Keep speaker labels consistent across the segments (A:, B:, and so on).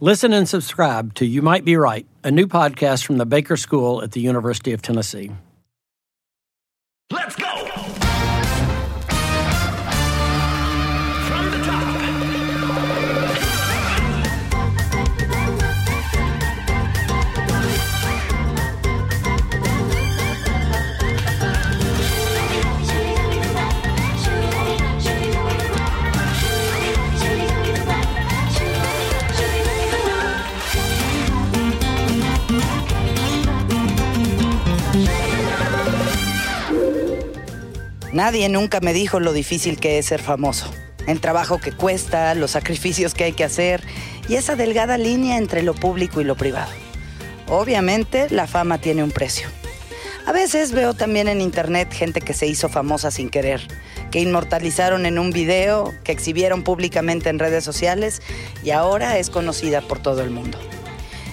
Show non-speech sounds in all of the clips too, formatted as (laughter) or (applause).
A: Listen and subscribe to You Might Be Right, a new podcast from the Baker School at the University of Tennessee.
B: Let's go! From the top,
C: Nadie nunca me dijo lo difícil que es ser famoso. El trabajo que cuesta, los sacrificios que hay que hacer y esa delgada línea entre lo público y lo privado. Obviamente, la fama tiene un precio. A veces veo también en internet gente que se hizo famosa sin querer, que inmortalizaron en un video, que exhibieron públicamente en redes sociales y ahora es conocida por todo el mundo.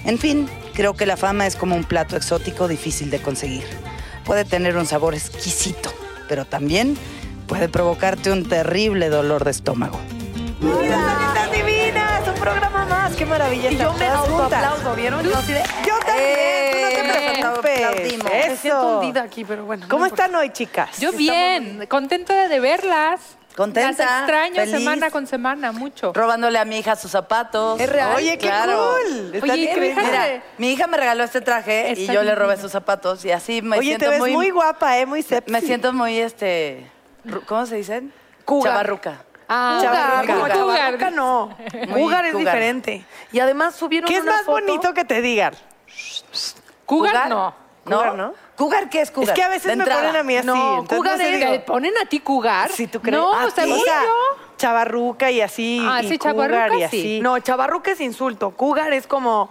C: En fin, creo que la fama es como un plato exótico difícil de conseguir. Puede tener un sabor exquisito, pero también puede provocarte un terrible dolor de estómago.
D: ¡Estás divinas! Un programa más, qué maravilla.
E: Y yo me autoaplaudo, ¿vieron? Yo así de...
D: Yo
C: ¡Eh!
D: también, tú no te preocupes.
C: Aplaudimos.
E: Me siento hundida aquí, pero bueno.
D: ¿Cómo
E: no
D: están hoy, chicas?
F: Yo bien, contenta de verlas.
C: Contenta,
F: Las extraño
C: feliz.
F: semana con semana, mucho.
C: Robándole a mi hija sus zapatos.
D: Es real. Oye, qué
C: Claro.
D: cool. Está
F: Oye, ¿y tu hija
D: increíble.
C: Mira,
F: se-
C: mi hija me regaló este traje y
F: Está
C: yo le robé
F: divino.
C: sus zapatos y así me
D: Oye,
C: siento
D: te ves
C: muy,
D: muy, guapa, ¿eh? Muy sexy.
C: me siento muy este ru- ¿cómo se dicen?
D: Cougar.
C: Chavarruca.
F: Ah,
D: Chavarruca.
F: como
C: Cougar.
D: Como
F: cougar.
D: chavarruca, no.
C: Muy
D: Cougar es
C: cougar.
D: diferente.
F: Y además subieron
D: ¿Qué es
F: una
D: más
F: foto.
D: bonito que te digan?
F: Cougar, no.
C: ¿No?
D: Cougar, ¿no?
C: ¿Cougar qué es cougar?
D: Es que a veces
C: De
D: me
C: entrada.
D: ponen a mí así.
F: No,
D: entonces
F: cougar
D: no sé,
F: es-
D: digo,
F: ¿Te ponen a ti cougar?
C: Si tú crees.
F: No,
C: ¿A
D: "Ah,
C: ti?
F: según
D: o sea,
F: yo...
D: Chavarruca y así.
F: Ah,
D: y
F: sí,
D: cougar
F: chavarruca,
D: y
F: sí.
D: así.
E: No, chavarruca es insulto. Cougar es como...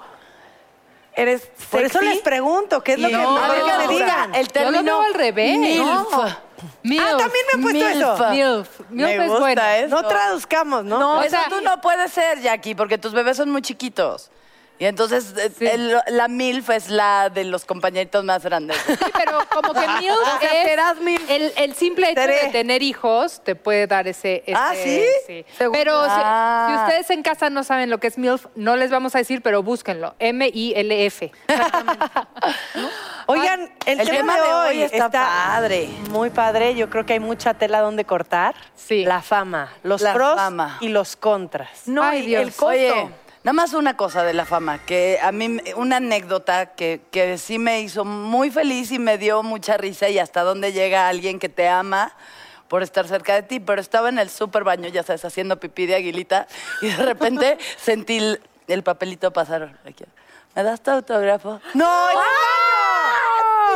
E: Eres sexy.
D: Por eso les pregunto, ¿qué es lo que
C: No,
D: mejor que me
C: no.
D: digan?
C: El
F: Yo lo
C: término
F: veo al revés.
C: milf.
F: Milf,
D: Ah, también me han puesto
F: milf,
D: eso.
F: Milf. Milf
C: Me
F: es
C: gusta
F: buena.
C: eso.
D: No traduzcamos, ¿no?
F: No,
C: Por
F: o
C: eso
F: sea-
C: tú no puedes ser, Jackie, porque tus bebés son muy chiquitos. Y entonces eh,
F: Sí.
C: el- la MILF es la de los compañeritos más
F: (laughs)
C: grandes.
F: Sí, pero como que
D: (laughs)
F: milf
D: O sea,
F: es...
D: serás milf.
F: El, el simple hecho
D: Seré.
F: de tener hijos te puede dar ese... ese-
C: Ah, ¿sí?
F: Este, Pero si-
C: Ah.
F: si, ustedes en casa no saben lo que es milf, no les vamos a decir, pero búsquenlo. M-I-L-F.
D: Oigan, el, tema, de hoy,
C: está padre.
D: Muy padre, yo creo que hay mucha tela donde cortar.
F: Sí.
D: La fama, los
C: La
D: pros
C: fama.
D: y los contras.
E: No,
F: Ay,
E: y
F: Dios.
E: el costo.
C: Oye, nada más una cosa de la fama, que a mí una anécdota que, que sí me hizo muy feliz y me dio mucha risa y hasta dónde llega alguien que te ama por estar cerca de ti, pero estaba en el super baño, ya sabes, haciendo pipí de aguilita y de (laughs) repente sentí el, el papelito pasar. Aquí. ¿Me das tu autógrafo?
D: No, no.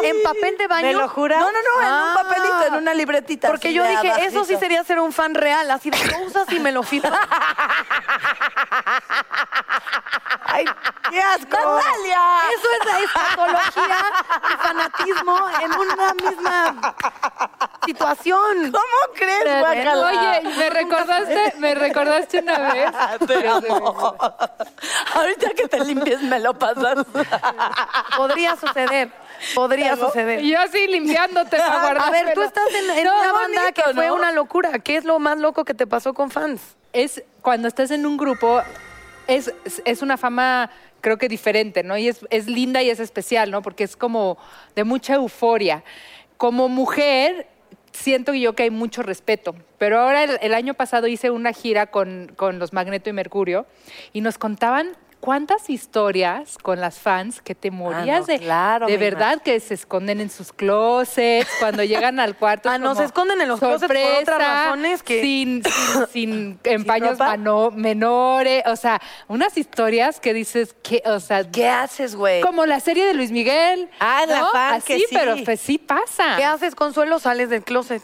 E: ¿En papel de baño?
D: ¿Me lo juras?
C: No, no, no, en
E: Ah.
C: un papelito, en una libretita.
E: Porque
C: así
E: yo
C: de
E: dije, eso
C: abajito.
E: sí sería ser un fan real, así de lo usas y me lo
C: (laughs)
E: firmas.
D: Ay, qué asco.
C: ¡Natalia!
E: Eso es la escatología y fanatismo en una misma situación.
C: ¿Cómo crees, guácala?
F: Oye, me recordaste, me recordaste una vez.
C: Te amo. (laughs) Ahorita que te limpies me lo pasas.
E: Podría suceder. Podría suceder.
F: Y Yo
E: (laughs)
F: así limpiándote para guardar.
E: A ver, tú
F: pelo.
E: estás en, en
F: No,
E: una banda
F: bonito,
E: que fue
F: ¿no?
E: una locura. ¿Qué es lo más loco que te pasó con fans?
F: Es cuando estás en un grupo, es, es- es una fama creo que diferente, ¿no? Y es, es linda y es especial, ¿no? Porque es como de mucha euforia. Como mujer, siento yo que hay mucho respeto. Pero ahora el, el año pasado hice una gira con, con los Magneto y Mercurio y nos contaban cuántas historias con las fans que te morías
E: Ah, no,
F: de,
E: claro,
F: de
E: me
F: verdad que se esconden en sus closets cuando llegan al cuarto.
E: (laughs)
F: es
E: Ah, no,
F: como,
E: se esconden en los closets por otras
F: "Sorpresa",
E: razones que-
F: sin sin, sin- en
E: ¿Sin
F: paños
E: ropa?
F: mano- menores, o sea, unas historias que dices que, o sea,
C: ¿Qué haces, güey?
F: como la serie de Luis Miguel.
C: Ah, la
F: ¿no?
C: fan
F: Así,
C: que sí.
F: pero pues sí pasa.
E: ¿Qué haces, Consuelo? Sales del closet.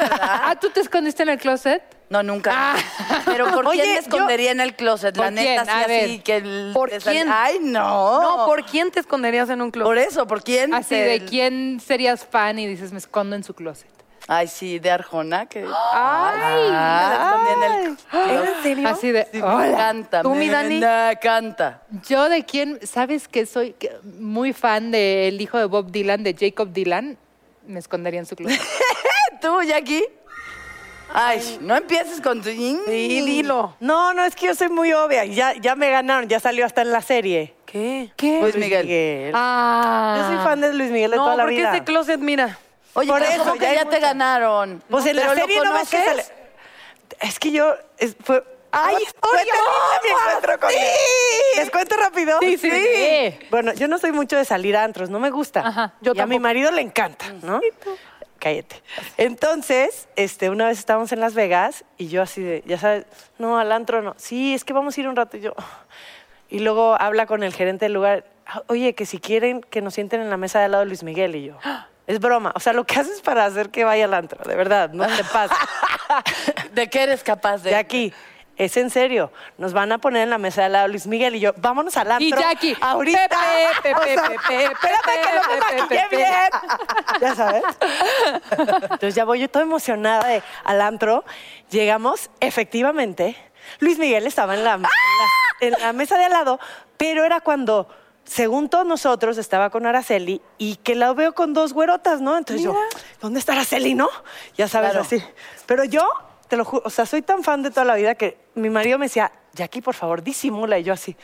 F: Ah, ¿tú te escondiste en el closet?
C: No, nunca.
F: Ah.
C: Pero ¿por
E: Oye,
C: quién me
E: yo-
C: escondería en el closet? La
F: ¿Por
C: neta,
F: quién? A
C: así, así
F: ver.
C: que... el-
E: ¿Por
C: te sal-
E: quién?
C: Ay, no.
E: No, ¿por quién te esconderías en un closet?
C: Por eso, ¿por quién?
F: Así
C: Te-
F: de quién serías fan y dices, me escondo en su closet.
C: Ay, sí, de Arjona, que...
F: ¡Ay!
C: Ah, me la escondí en el...
E: ¿En serio?
F: Así de,
C: Sí,
F: "Hola".
C: Canta,
E: ¿Tú, mi Dani?
C: nena, canta.
F: Yo de quién, ¿sabes que soy que- muy fan del hijo de Bob Dylan, de Jacob Dylan? Me escondería en su closet.
C: ¿Tú, Jackie? Ay, no empieces con tu... Sí,
E: Sí, dilo.
D: No, no, es que yo soy muy obvia. Ya, ya me ganaron, ya salió hasta en la serie.
E: ¿Qué?
F: ¿Qué?
C: Luis Miguel.
F: Ah.
D: Yo soy fan de Luis Miguel de
E: No,
D: toda la
E: porque
D: vida.
E: ese closet, mira.
C: Oye,
D: Por
C: pero
D: eso,
C: ¿cómo que
D: ya hay
C: ya te
D: mucho.
C: ganaron?
D: Pues en
C: ¿Pero
D: la
C: lo
D: serie no ves que
C: conoces?
D: sale. Es que yo es- fue. ¡Ay,
C: historia!
D: mi encuentro con él. ¿Les cuento rápido?
F: Sí, sí, sí.
D: Bueno, yo no soy mucho de salir a antros, no me gusta.
F: Ajá,
D: y a mi marido le encanta, ¿no? Cállate. Entonces, este, una vez estábamos en Las Vegas y yo así de, ya sabes, no, al antro no. Sí, es que vamos a ir un rato. Y yo, y luego habla con el gerente del lugar. Oye, que si quieren que nos sienten en la mesa de al lado de Luis Miguel y yo. Es broma. O sea, lo que haces para hacer que vaya al antro, de verdad, no te pasa.
C: ¿De qué eres capaz de...?
D: De aquí. Es en serio. Nos van a poner en la mesa de al lado Luis Miguel y yo. Vámonos al antro.
F: Y Jackie,
D: Ahorita.
F: Pepe, Pepe,
D: (laughs) O sea,
F: Pepe,
D: espérame que no me
F: Pepe,
D: maquillé
F: Pepe.
D: bien. Ya sabes. Entonces ya voy yo toda emocionada de, al antro. Llegamos, efectivamente. Luis Miguel estaba en la, en la- en la mesa de al lado, pero era cuando, según todos nosotros, estaba con Araceli y que la veo con dos güerotas, ¿no? Entonces yo, ¿dónde está Araceli, no? Ya sabes,
C: Claro.
D: así. Pero yo, te lo juro, o sea, soy tan fan de toda la vida que mi marido me decía, Jackie, por favor, disimula. Y yo así,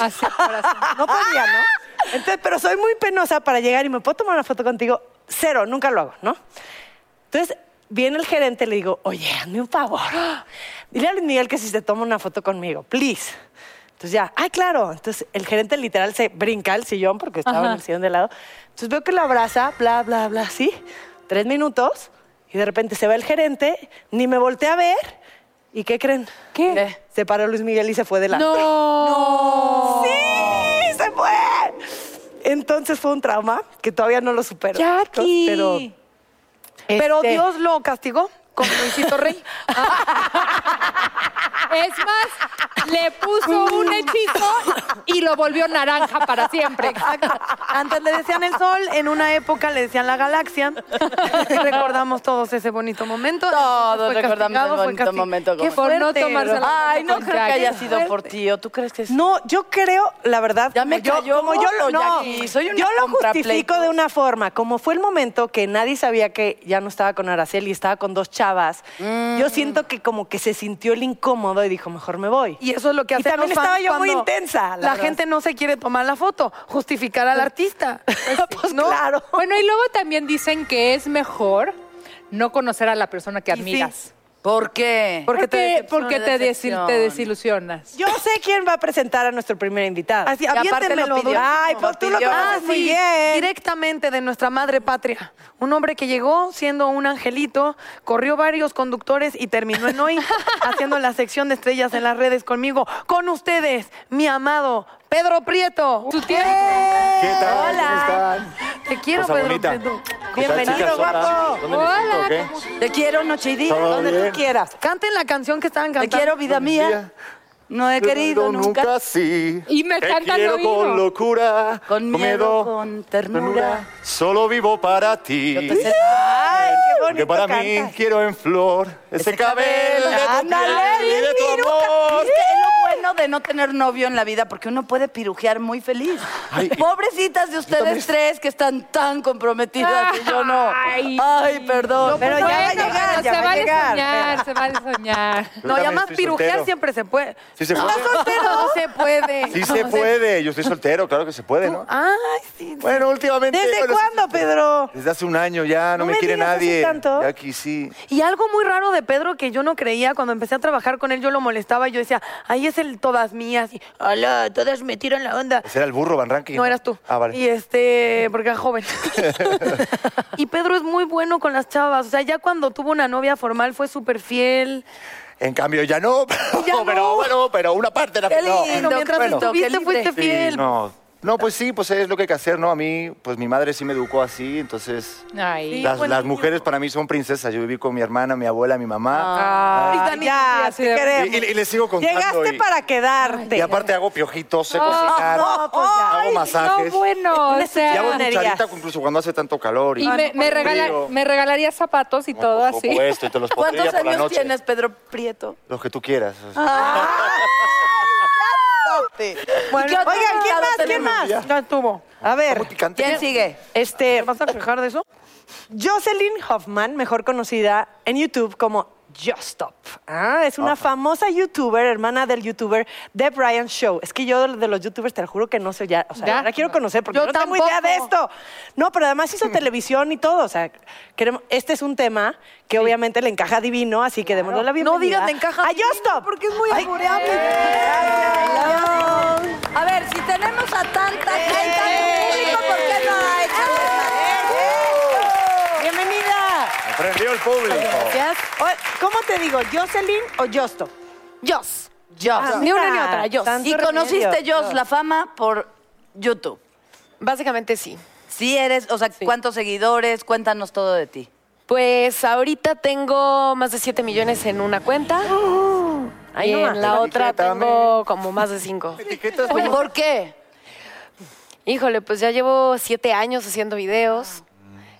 F: Así, corazón.
D: no podía, ¿no? Entonces, pero soy muy penosa para llegar y me puedo tomar una foto contigo. Cero, nunca lo hago, ¿no? Entonces, viene el gerente, le digo, oye, hazme un favor. Dile a Luis Miguel que si se toma una foto conmigo, please. Entonces ya, ah, claro. Entonces el gerente literal se brinca al sillón porque estaba en el sillón de lado. Entonces veo que lo abraza, bla, bla, bla, así. Tres minutos y de repente se va el gerente, ni me voltea a ver. ¿Y qué creen?
F: ¿Qué?
D: Se paró Luis Miguel y se fue delante.
F: No.
D: ¡Sí! ¡Se fue! Entonces fue un trauma que todavía no lo supero.
F: Jackie.
D: Pero,
E: Pero
D: este,
E: Dios lo castigó (laughs) con Luisito Rey.
F: Es más, le puso un hechizo y lo volvió naranja para siempre.
E: Antes le decían el sol, en una época le decían la galaxia. recordamos todos ese bonito momento.
C: Todos
E: Fue
C: recordamos
E: castigado,
C: el
E: fue
C: bonito
E: castig-
C: momento
E: Qué
C: como-
F: Por no
E: fuerte.
F: tomarse la-
C: Ay, no
F: con
C: creo que
F: Jackie.
C: haya sido por ti. ¿O tú crees que es...?
D: No, yo creo, la verdad,
C: Ya me
D: como yo,
C: cayó
D: como yo
C: gordo,
D: lo, no,
C: Jackie. Soy una
D: yo lo
C: comprapleitos.
D: justifico de una forma. Como fue el momento que nadie sabía que ya no estaba con Araceli, estaba con dos chavas,
E: Mm.
D: yo siento que como que se sintió el incómodo y dijo, mejor me voy.
E: Y eso es lo que
D: Y
E: hacen
D: también
E: los fans
D: estaba yo muy
E: cuando
D: intensa, la
E: La,
D: verdad.
E: gente no se quiere tomar la foto, justificar al artista.
D: Pues claro.
F: Bueno, y luego también dicen que es mejor no conocer a la persona que
E: sí.
F: admiras.
C: ¿Por qué?
E: Por- Porque te
F: porque
C: decepciona.
F: te, desil- te desilusionas.
D: Yo sé quién va a presentar a nuestro primer invitado.
E: Así,
C: Y aparte
E: aviéntenmelo,
C: lo pidió.
E: Dulce.
D: Ay, pues
C: Lo
D: tú lo
C: pidió.
D: conoces
E: Ah,
D: muy
E: sí,
D: bien.
E: directamente de nuestra madre patria. Un hombre que llegó siendo un angelito, corrió varios conductores y terminó en
C: (laughs)
E: hoy haciendo la sección de estrellas en las redes conmigo. Con ustedes, mi amado Pedro Prieto.
F: Su tiempo.
G: ¿Qué tal?
E: Hola.
G: ¿Cómo están?
E: Te quiero,
G: Cosa
E: Pedro
G: bonita.
E: Prieto.
G: ¿Qué tal,
D: Bienvenido,
G: chicas? Hola.
D: guapo.
G: ¿Dónde me siento,
F: Hola,
G: o qué?
C: Te quiero, noche y día.
G: Todo
C: ¿Dónde
D: Donde
G: bien.
D: tú quieras.
E: Canten la canción que estaban
C: Te
E: cantando.
C: quiero, vida mía.
G: día.
C: No he querido nunca.
G: sí.
F: Y me
G: Te
F: canta al
G: quiero
F: oído.
G: con locura,
C: Con miedo, con ternura.
G: Solo vivo para ti.
C: Yo te sé-
D: Ay, qué bonito
G: Porque para mí
D: cantas.
G: quiero en flor ese
C: Ese cabello.
G: cabello de tu
C: Ándale,
G: piel y de tu amor.
C: Es que es lo bueno de no tener novio en la vida, porque uno puede pirujear muy feliz.
G: Ay, y-
C: Pobrecitas de ustedes tres que están tan comprometidas y yo no.
F: Ay. pues
C: Ay, perdón.
D: Pero ya va a
F: Bueno,
D: llegar,
F: pero
D: ya
F: se
D: va a
F: vale
D: llegar.
F: soñar, se vale
G: (laughs)
F: soñar.
G: Yo
E: No, y
G: también
E: además
G: estoy
E: pirujear
G: soltero.
E: siempre se puede.
G: Sí se puede.
E: No se puede.
G: Sí se puede. Yo estoy soltero, claro que se puede, ¿no?
E: Ay, sí.
G: Bueno, últimamente.
D: ¿Desde
G: bueno,
D: cuándo, Pedro?
G: Desde hace un año ya, no,
D: No
G: me,
D: me
G: quiere
D: digas, ¿hace
G: nadie.
D: tanto?
G: Ya aquí sí.
E: Y algo muy raro de Pedro que yo no creía cuando empecé a trabajar con él, yo lo molestaba y yo decía, ahí es el todas mías. Y, hola, todas me tiran la onda.
G: Ese era el burro, Van Ranking.
E: No eras tú.
G: Ah, vale.
E: Y este, porque era
G: (laughs)
E: joven. y Pedro es muy bueno con las chavas. O sea, ya cuando tuvo una novia formal fue súper fiel.
G: En cambio, ya no. (laughs) Pero,
E: Ya no.
G: pero bueno, pero una parte era
E: Qué
G: no.
E: lindo, mientras
G: Bueno.
E: estuviste,
G: Sí,
E: fuiste fiel.
G: no. No, pues sí, pues es lo que hay que hacer, ¿no? A mí, pues mi madre sí me educó así, entonces...
F: Ay.
G: las, las mujeres para mí son princesas. Yo viví con mi hermana, mi abuela, mi mamá.
E: Ah.
D: Ay,
F: Ay, Dani,
D: Ah, ya,
F: sí,
D: te
F: sí,
D: queremos.
G: Y, y- y les sigo contando.
D: Llegaste
G: y,
D: para quedarte.
G: y aparte hago piojitos, sé
F: No,
E: Ah,
G: cocinar,
D: no, pues ya.
G: hago masajes.
F: No, bueno, o
G: y hago
F: sea...
G: cucharita incluso cuando hace tanto calor.
F: Y me, me, regala-
G: frío.
F: me regalaría zapatos y todo
G: Por
F: así.
G: supuesto, y te los pondría
C: ¿Cuántos
G: por la
C: años
G: noche. Ah.
C: tienes, Pedro Prieto?
G: Los que tú quieras.
C: Bueno,
E: ¿Y qué otro
C: oigan, ¿quién
E: lado
C: más? ¿Quién
E: tenemos?
C: más?
E: Ya estuvo.
D: A ver,
G: Picante.
C: ¿Quién sigue?
D: este,
E: ¿Vas a quejar de eso?
D: Jocelyn Hoffman, mejor conocida en YouTube como Justop. Ah, es una famosa youtuber, hermana del youtuber The Brian Show. Es que yo de los youtubers te lo juro que no sé ya. O sea,
F: Ya.
D: ahora quiero conocer porque
F: Yo
D: yo no tengo idea de
F: tampoco.
D: esto. No, pero además
E: (laughs)
D: hizo televisión y todo. O sea, queremos, este es un tema que obviamente le encaja divino, así que démonos la bienvenida.
E: No digas le encaja
D: a
E: divino,
D: Justop.
E: porque es muy albureable.
C: A ver, si tenemos a tanta gente en el público, ¿por qué no la echan?
D: Bienvenida.
G: Aprendió el público.
D: Gracias. O- ¿Cómo te digo? ¿Jocelyn o Justop?
C: Jos.
H: Ah,
C: Jos.
D: Ni una ni otra, Joss.
C: Y
D: Tanto
C: conociste,
D: remedio.
C: Jos, la fama por YouTube.
H: Básicamente sí.
C: Sí eres, o sea, ¿cuántos seguidores? Cuéntanos todo de ti.
H: Pues ahorita tengo más de 7 millones en una cuenta.
D: Ahí
H: y
D: nomás.
H: en la otra
G: Etiquétame.
H: tengo como más de
G: (laughs)
H: 5.
G: Etiquetas
C: Oye, ¿por qué?
H: Híjole, pues ya llevo 7 años haciendo videos.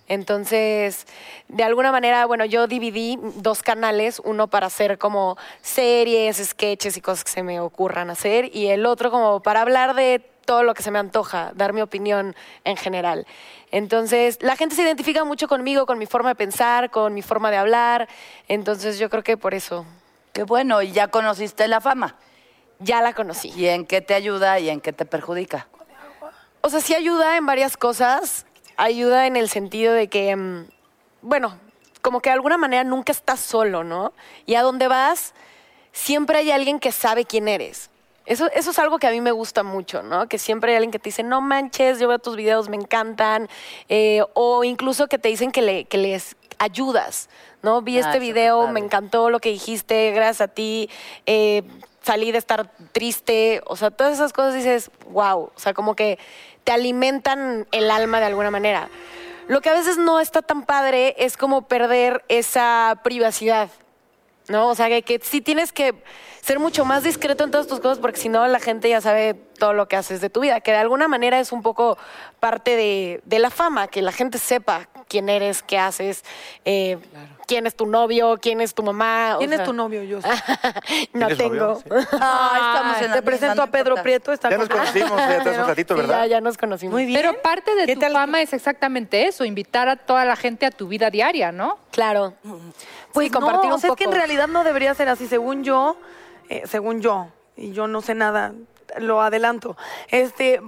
H: Entonces, de alguna manera, bueno, yo dividí dos canales, uno para hacer como series, sketches y cosas que se me ocurran hacer, y el otro como para hablar de todo lo que se me antoja, dar mi opinión en general. Entonces, la gente se identifica mucho conmigo, con mi forma de pensar, con mi forma de hablar, entonces yo creo que por eso
C: Qué bueno, y ya conociste la fama.
H: ya la conocí.
C: ¿Y en qué te ayuda y en qué te perjudica?
H: O sea, sí ayuda en varias cosas. Ayuda en el sentido de que, mm, bueno, como que de alguna manera nunca estás solo, ¿no? Y a donde vas, siempre hay alguien que sabe quién eres. Eso, eso es algo que a mí me gusta mucho, ¿no? Que siempre hay alguien que te dice, no manches, yo veo tus videos, me encantan. Eh, o incluso que te dicen que, le- que les ayudas, ¿no? Vi
C: Ah,
H: este
C: eso qué
H: video,
C: padre.
H: me encantó lo que dijiste, gracias a ti. eh, salí de estar triste. O sea, todas esas cosas dices, wow. O sea, como que te alimentan el alma de alguna manera. Lo que a veces no está tan padre es como perder esa privacidad. ¿no? O sea, que, que sí tienes que ser mucho más discreto en todas tus cosas porque si no la gente ya sabe todo lo que haces de tu vida, que de alguna manera es un poco parte de, de la fama, que la gente sepa quién eres, qué haces, eh, quién es tu novio, quién es tu mamá. o
E: ¿Quién es
H: sea-
E: tu novio, Jos?
H: no
G: ¿Tienes
H: tengo.
G: novio?
C: Ah, estamos en la
E: Te
C: misma,
E: presento
C: no
E: a Pedro
C: importa.
E: Prieto. Está
G: Ya nos
E: con-
G: conocimos eh, hace un ratito,
H: Sí,
G: ¿verdad?
H: ya, ya nos conocimos.
D: Muy bien.
F: Pero parte de
D: ¿Qué
F: tu
D: tal?
F: fama es exactamente eso, invitar a toda la gente a tu vida diaria, ¿no?
H: Claro. Pues
E: no,
H: compartir
E: o
H: un
E: sea, es que en
H: poco.
E: realidad no debería ser así, según yo, eh, según yo, y yo no sé nada, lo adelanto. Este,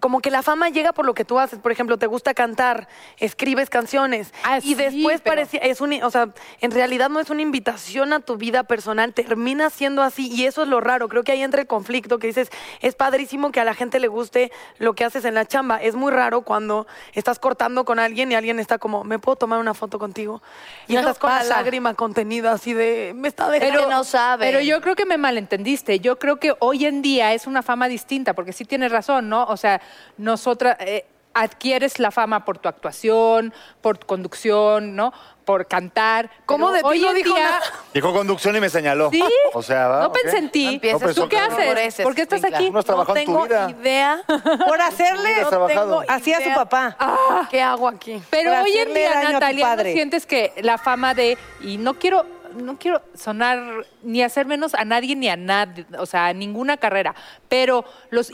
E: como que la fama llega por lo que tú haces, por ejemplo, te gusta cantar, escribes canciones
F: Ah,
E: y
F: sí,
E: después
F: pero-
E: parecía es un, o sea, en realidad no es una invitación a tu vida personal, termina siendo así y eso es lo raro, creo que ahí entra el conflicto que dices, es padrísimo que a la gente le guste lo que haces en la chamba, es muy raro cuando estás cortando con alguien y alguien está como, "¿Me puedo tomar una foto contigo?" Y
F: Ya
E: estás con la
F: pasa.
E: lágrima contenida así de, "Me está dejando
C: Pero no sabe.
F: Pero yo creo que me malentendiste. Yo creo que hoy en día es una fama distinta, porque sí tienes razón, ¿no? O sea, nosotras eh, adquieres la fama por tu actuación, por tu conducción, ¿no? Por cantar.
E: ¿Cómo
F: Pero
E: de ti
F: hoy
E: no
F: en
E: dijo
F: día-
E: nada?
G: Dijo conducción y me señaló.
F: Sí.
G: O sea, va,
F: No
G: ok.
F: pensé en
C: No
F: ti.
G: pues,
C: empieces,
F: ¿Tú qué
C: no
F: haces?
C: favoreces,
F: ¿Por qué estás
C: sí, claro.
F: aquí?
G: No has trabajado en tu
E: tengo
G: vida.
E: idea
D: Por hacerle
G: Has trabajado.
D: así a su
E: idea.
D: papá.
E: qué hago aquí."
F: Ah, Pero
D: Por
F: hoy en
D: hacerle
F: día,
D: daño a tu
F: Natalia, ¿no
D: padre.
F: sientes que la fama de. Y no quiero. No quiero sonar ni hacer menos a nadie ni a nadie, o sea, a ninguna carrera, pero los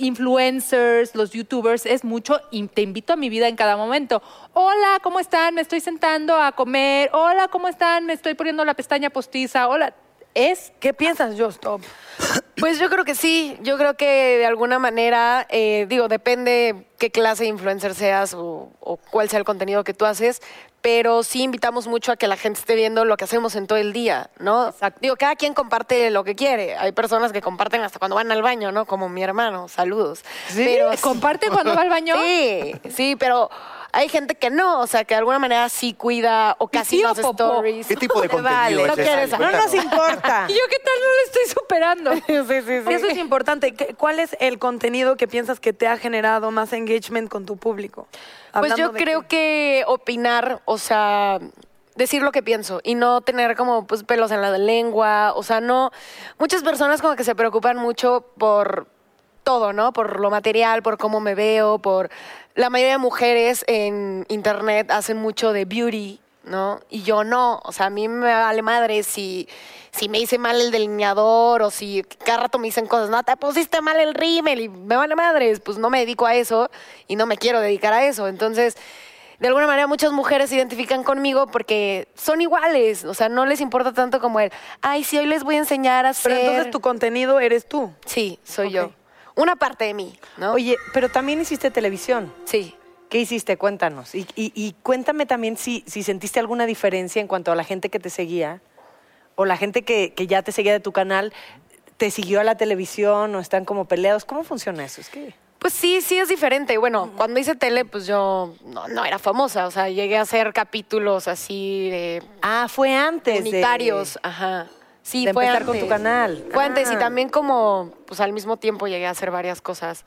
F: influencers, los youtubers, es mucho, y te invito a mi vida en cada momento. Hola, ¿cómo están? Me estoy sentando a comer. Hola, ¿cómo están? Me estoy poniendo la pestaña postiza. Hola, es
E: ¿Qué piensas, yo, Stop?
H: Pues yo creo que sí, yo creo que de alguna manera, eh, digo, depende qué clase de influencer seas o, o cuál sea el contenido que tú haces, pero sí invitamos mucho a que la gente esté viendo lo que hacemos en todo el día, ¿no? Digo, cada quien comparte lo que quiere. Hay personas que comparten hasta cuando van al baño, ¿no? Como mi hermano, saludos.
F: ¿Sí? ¿Comparte cuando va al baño?
H: Sí, sí, pero hay gente que no, o sea, que de alguna manera sí cuida o casi no hace stories.
G: ¿Qué
H: (laughs)
G: tipo de contenido es
H: no
G: ese?
H: quieres
G: Cuéntanos.
H: saber.
E: No nos importa. (laughs)
H: (laughs)
F: ¿Y yo qué tal no lo estoy superando?
G: (laughs)
E: Eso es importante. ¿Qué- ¿Cuál es el contenido que piensas que te ha generado más engagement con tu público?
H: Pues yo
E: Hablando de
H: creo que... opinar, o sea, decir lo que pienso y no tener como pues, pelos en la lengua, o sea, no... Muchas personas como que se preocupan mucho por todo, ¿no? Por lo material, por cómo me veo, por... La mayoría de mujeres en internet hacen mucho de beauty, ¿no? Y yo no, o sea, a mí me vale madre si, si me hice mal el delineador o si cada rato me dicen cosas, no, te pusiste mal el rímel y me vale madres, pues no me dedico a eso y no me quiero dedicar a eso. Entonces, de alguna manera muchas mujeres se identifican conmigo porque son iguales, o sea, no les importa tanto como el, ay, sí, hoy les voy a enseñar a hacer...
E: Pero entonces tu contenido eres tú.
H: Sí, soy yo. Una parte de mí, ¿no?
D: Oye, pero también hiciste televisión.
H: Sí.
D: ¿Qué hiciste? Cuéntanos. Y, y- y cuéntame también si, si sentiste alguna diferencia en cuanto a la gente que te seguía o la gente que, que ya te seguía de tu canal, te siguió a la televisión o están como peleados. ¿Cómo funciona eso? Es que...
H: Pues sí, sí es diferente. Bueno, cuando hice tele, pues yo no, no era famosa. O sea, llegué a hacer capítulos así de
D: Ah, fue antes. de-
H: unitarios. Ajá. Sí,
D: de
H: fue
D: empezar con
H: antes.
D: tu canal.
H: Fue antes y
D: Ah.
H: también como, pues al mismo tiempo llegué a hacer varias cosas.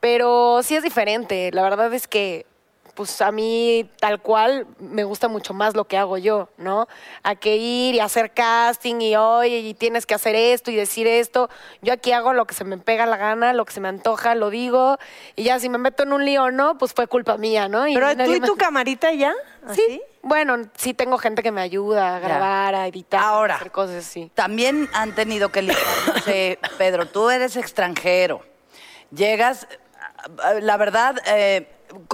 H: Pero sí es diferente. La verdad es que, pues a mí tal cual me gusta mucho más lo que hago yo, ¿no? A que ir y hacer casting y oye, y tienes que hacer esto y decir esto. Yo aquí hago lo que se me pega la gana, lo que se me antoja, lo digo. Y ya si me meto en un lío o no, pues fue culpa mía, ¿no? Y
D: Pero tú
H: nadie
D: y tu
H: más-
D: camarita ya.
H: Sí. Bueno, sí tengo gente que me ayuda a grabar, a editar, a hacer cosas así.
C: También han tenido que lidiar.
H: (coughs)
C: No sé, Pedro, tú eres extranjero. Llegas, ah, la verdad, eh,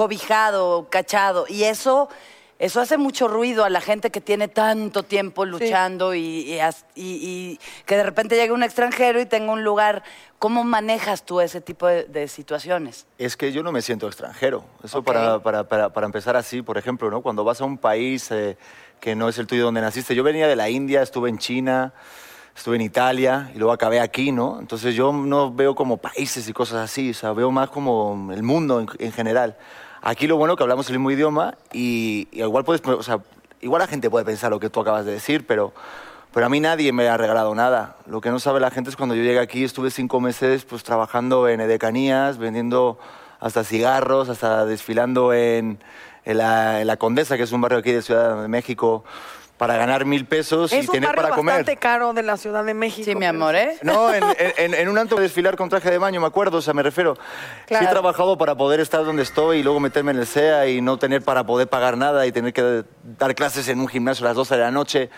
C: cobijado, cachado. Y eso, eso hace mucho ruido a la gente que tiene tanto tiempo luchando y, y as- y- y que de repente llegue un extranjero y tenga un lugar. ¿Cómo manejas tú ese tipo de- de situaciones?
G: Es que yo no me siento extranjero. Eso para, para- para- para empezar así, por ejemplo, ¿no? Cuando vas a un país eh, que no es el tuyo donde naciste. Yo venía de la India, estuve en China, estuve en Italia y luego acabé aquí, ¿no? Entonces yo no veo como países y cosas así, o sea, veo más como el mundo en, en general. Aquí lo bueno que hablamos el mismo idioma y, y igual puedes, o sea, igual la gente puede pensar lo que tú acabas de decir, pero pero a mí nadie me ha regalado nada. Lo que no sabe la gente es cuando yo llegué aquí, estuve cinco meses pues, trabajando en edecanías, vendiendo hasta cigarros, hasta desfilando en, en la, en La Condesa, que es un barrio aquí de Ciudad de México, para ganar mil pesos
E: Es
G: y
E: un
G: tener
E: barrio
G: Pues, para comer.
E: bastante caro de la Ciudad de México.
C: Sí, mi
E: pero
C: amor, ¿eh?
G: No, en, en- en un antro desfilar con traje de baño, me acuerdo, o sea, me refiero. Sí he trabajado para poder estar donde estoy y luego meterme en el SEA y no tener para poder pagar nada y tener que dar clases en un gimnasio a las 12 de la noche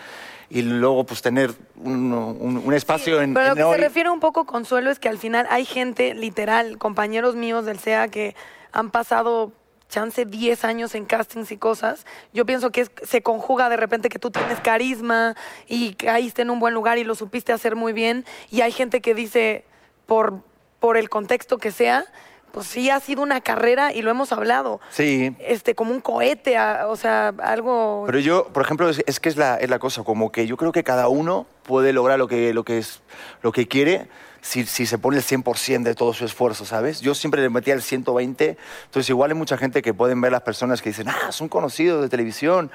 G: y luego pues tener un, un- un espacio en...
E: Pero a lo
G: en
E: que se
G: hoy.
E: refiere un poco Consuelo es que al final hay gente, literal, compañeros míos del SEA que han pasado chance 10 años en castings y cosas. Yo pienso que es- se conjuga de repente que tú tienes carisma y caíste en un buen lugar y lo supiste hacer muy bien. Y hay gente que dice, por, por el contexto que sea, pues sí ha sido una carrera y lo hemos hablado.
G: Sí,
E: Este, como un cohete, a- o sea, algo...
G: Pero yo, por ejemplo, es, es que es la, es la cosa, como que yo creo que cada uno puede lograr lo que, lo que, es, lo que quiere si, si se pone el 100% de todo su esfuerzo, ¿sabes? Yo siempre le metía el 120, entonces igual hay mucha gente que pueden ver las personas que dicen, ah, son conocidos de televisión.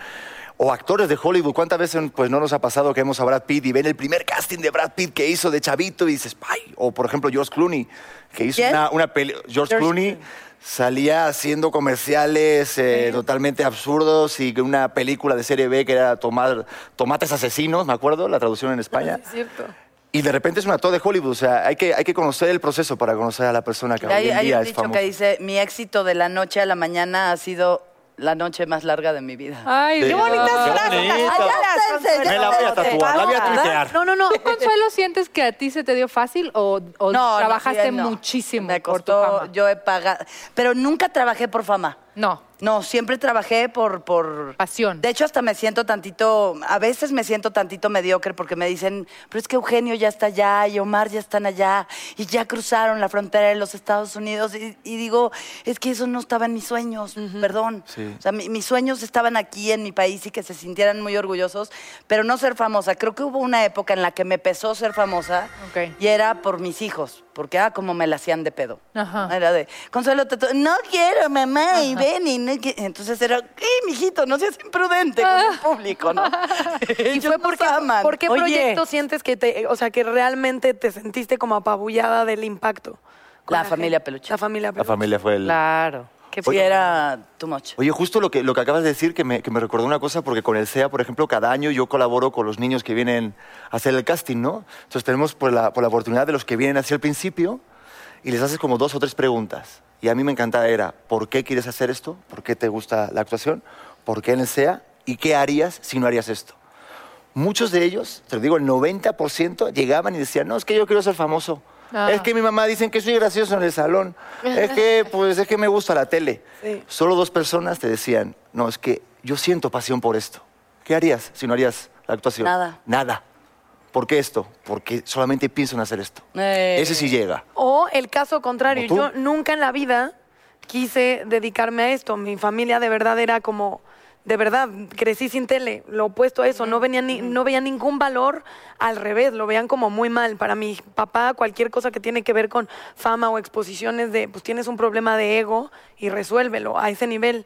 G: O actores de Hollywood, ¿cuántas veces pues, no nos ha pasado que vemos a Brad Pitt y ven el primer casting de Brad Pitt que hizo de chavito y dices, ¡ay! O por ejemplo George Clooney, que hizo
C: ¿Quién?
G: una, una peli... George,
C: George
G: Clooney, salía haciendo comerciales eh, totalmente absurdos y que una película de serie B que era tomar Tomates Asesinos, me acuerdo, la traducción en España.
E: cierto.
G: Y de repente es un actor de Hollywood, o sea, hay que, hay que conocer el proceso para conocer a la persona que
C: Hay,
G: hoy en
C: hay
G: día
C: un
G: es
C: dicho
G: famosa.
C: que dice, mi éxito de la noche a la mañana ha sido la noche más larga de mi vida.
F: Ay,
G: Sí.
F: qué bonitas
G: Qué
F: frases.
G: bonito.
C: Adelántense,
G: Me la voy a tatuar, la voy a tuitear.
E: No, no, no.
F: ¿Tú, Consuelo, sientes que a ti se te dio fácil o, o
C: No, no,
F: trabajaste
C: sí, no.
F: muchísimo
C: Me
F: por tu fama?
C: costó, yo he pagado, pero nunca trabajé por fama.
F: No.
C: No, siempre trabajé por, por...
F: Pasión.
C: De hecho, hasta me siento tantito, a veces me siento tantito mediocre porque me dicen, pero es que Eugenio ya está allá y Omar ya están allá y ya cruzaron la frontera de los Estados Unidos. Y, y digo, es que eso no estaba en mis sueños, perdón.
G: Sí.
C: O sea, mi- mis sueños estaban aquí en mi país y que se sintieran muy orgullosos, pero no ser famosa. Creo que hubo una época en la que me pesó ser famosa
F: Ok.
C: y era por mis hijos, porque, ah, como me la hacían de pedo.
F: Ajá.
C: Era de, Consuelo, te to- no quiero, mamá, y ven, y no qui-". Entonces era, ¡eh, mijito, no seas imprudente con el público, ¿no? (laughs)
E: ¿Y fue porque, por qué
C: Oye.
E: proyecto sientes que te, o sea, que realmente te sentiste como apabullada del impacto?
C: La familia Peluche.
E: La familia
G: La
E: Peluche.
G: familia fue el...
C: Claro. Que
G: Oye.
C: era too much.
G: Oye, justo lo que, lo que acabas de decir que me, que me recordó una cosa, porque con el CEA, por ejemplo, cada año yo colaboro con los niños que vienen a hacer el casting, ¿no? Entonces tenemos por la, por la oportunidad de los que vienen hacia el principio y les haces como dos o tres preguntas. Y a mí me encantaba era, ¿por qué quieres hacer esto? ¿Por qué te gusta la actuación? ¿Por qué en el CEA? ¿Y qué harías si no harías esto? Muchos de ellos, te lo digo, el 90% llegaban y decían, no, es que yo quiero ser famoso.
I: Ah.
G: Es que mi mamá dicen que soy gracioso en el salón. Es que, pues, es que me gusta la tele.
I: Sí.
G: Solo dos personas te decían, no, es que yo siento pasión por esto. ¿Qué harías si no harías la actuación?
C: Nada.
G: Nada. ¿Por qué esto? Porque solamente pienso en hacer esto.
C: Eh.
G: Ese sí llega.
E: O el caso contrario,
G: Como
E: yo
G: tú.
E: nunca en la vida quise dedicarme a esto. Mi familia de verdad era como, de verdad, crecí sin tele, lo opuesto a eso. No, venía ni- no veía ningún valor, al revés, lo veían como muy mal. Para mi papá, cualquier cosa que tiene que ver con fama o exposiciones de, pues tienes un problema de ego y resuélvelo a ese nivel.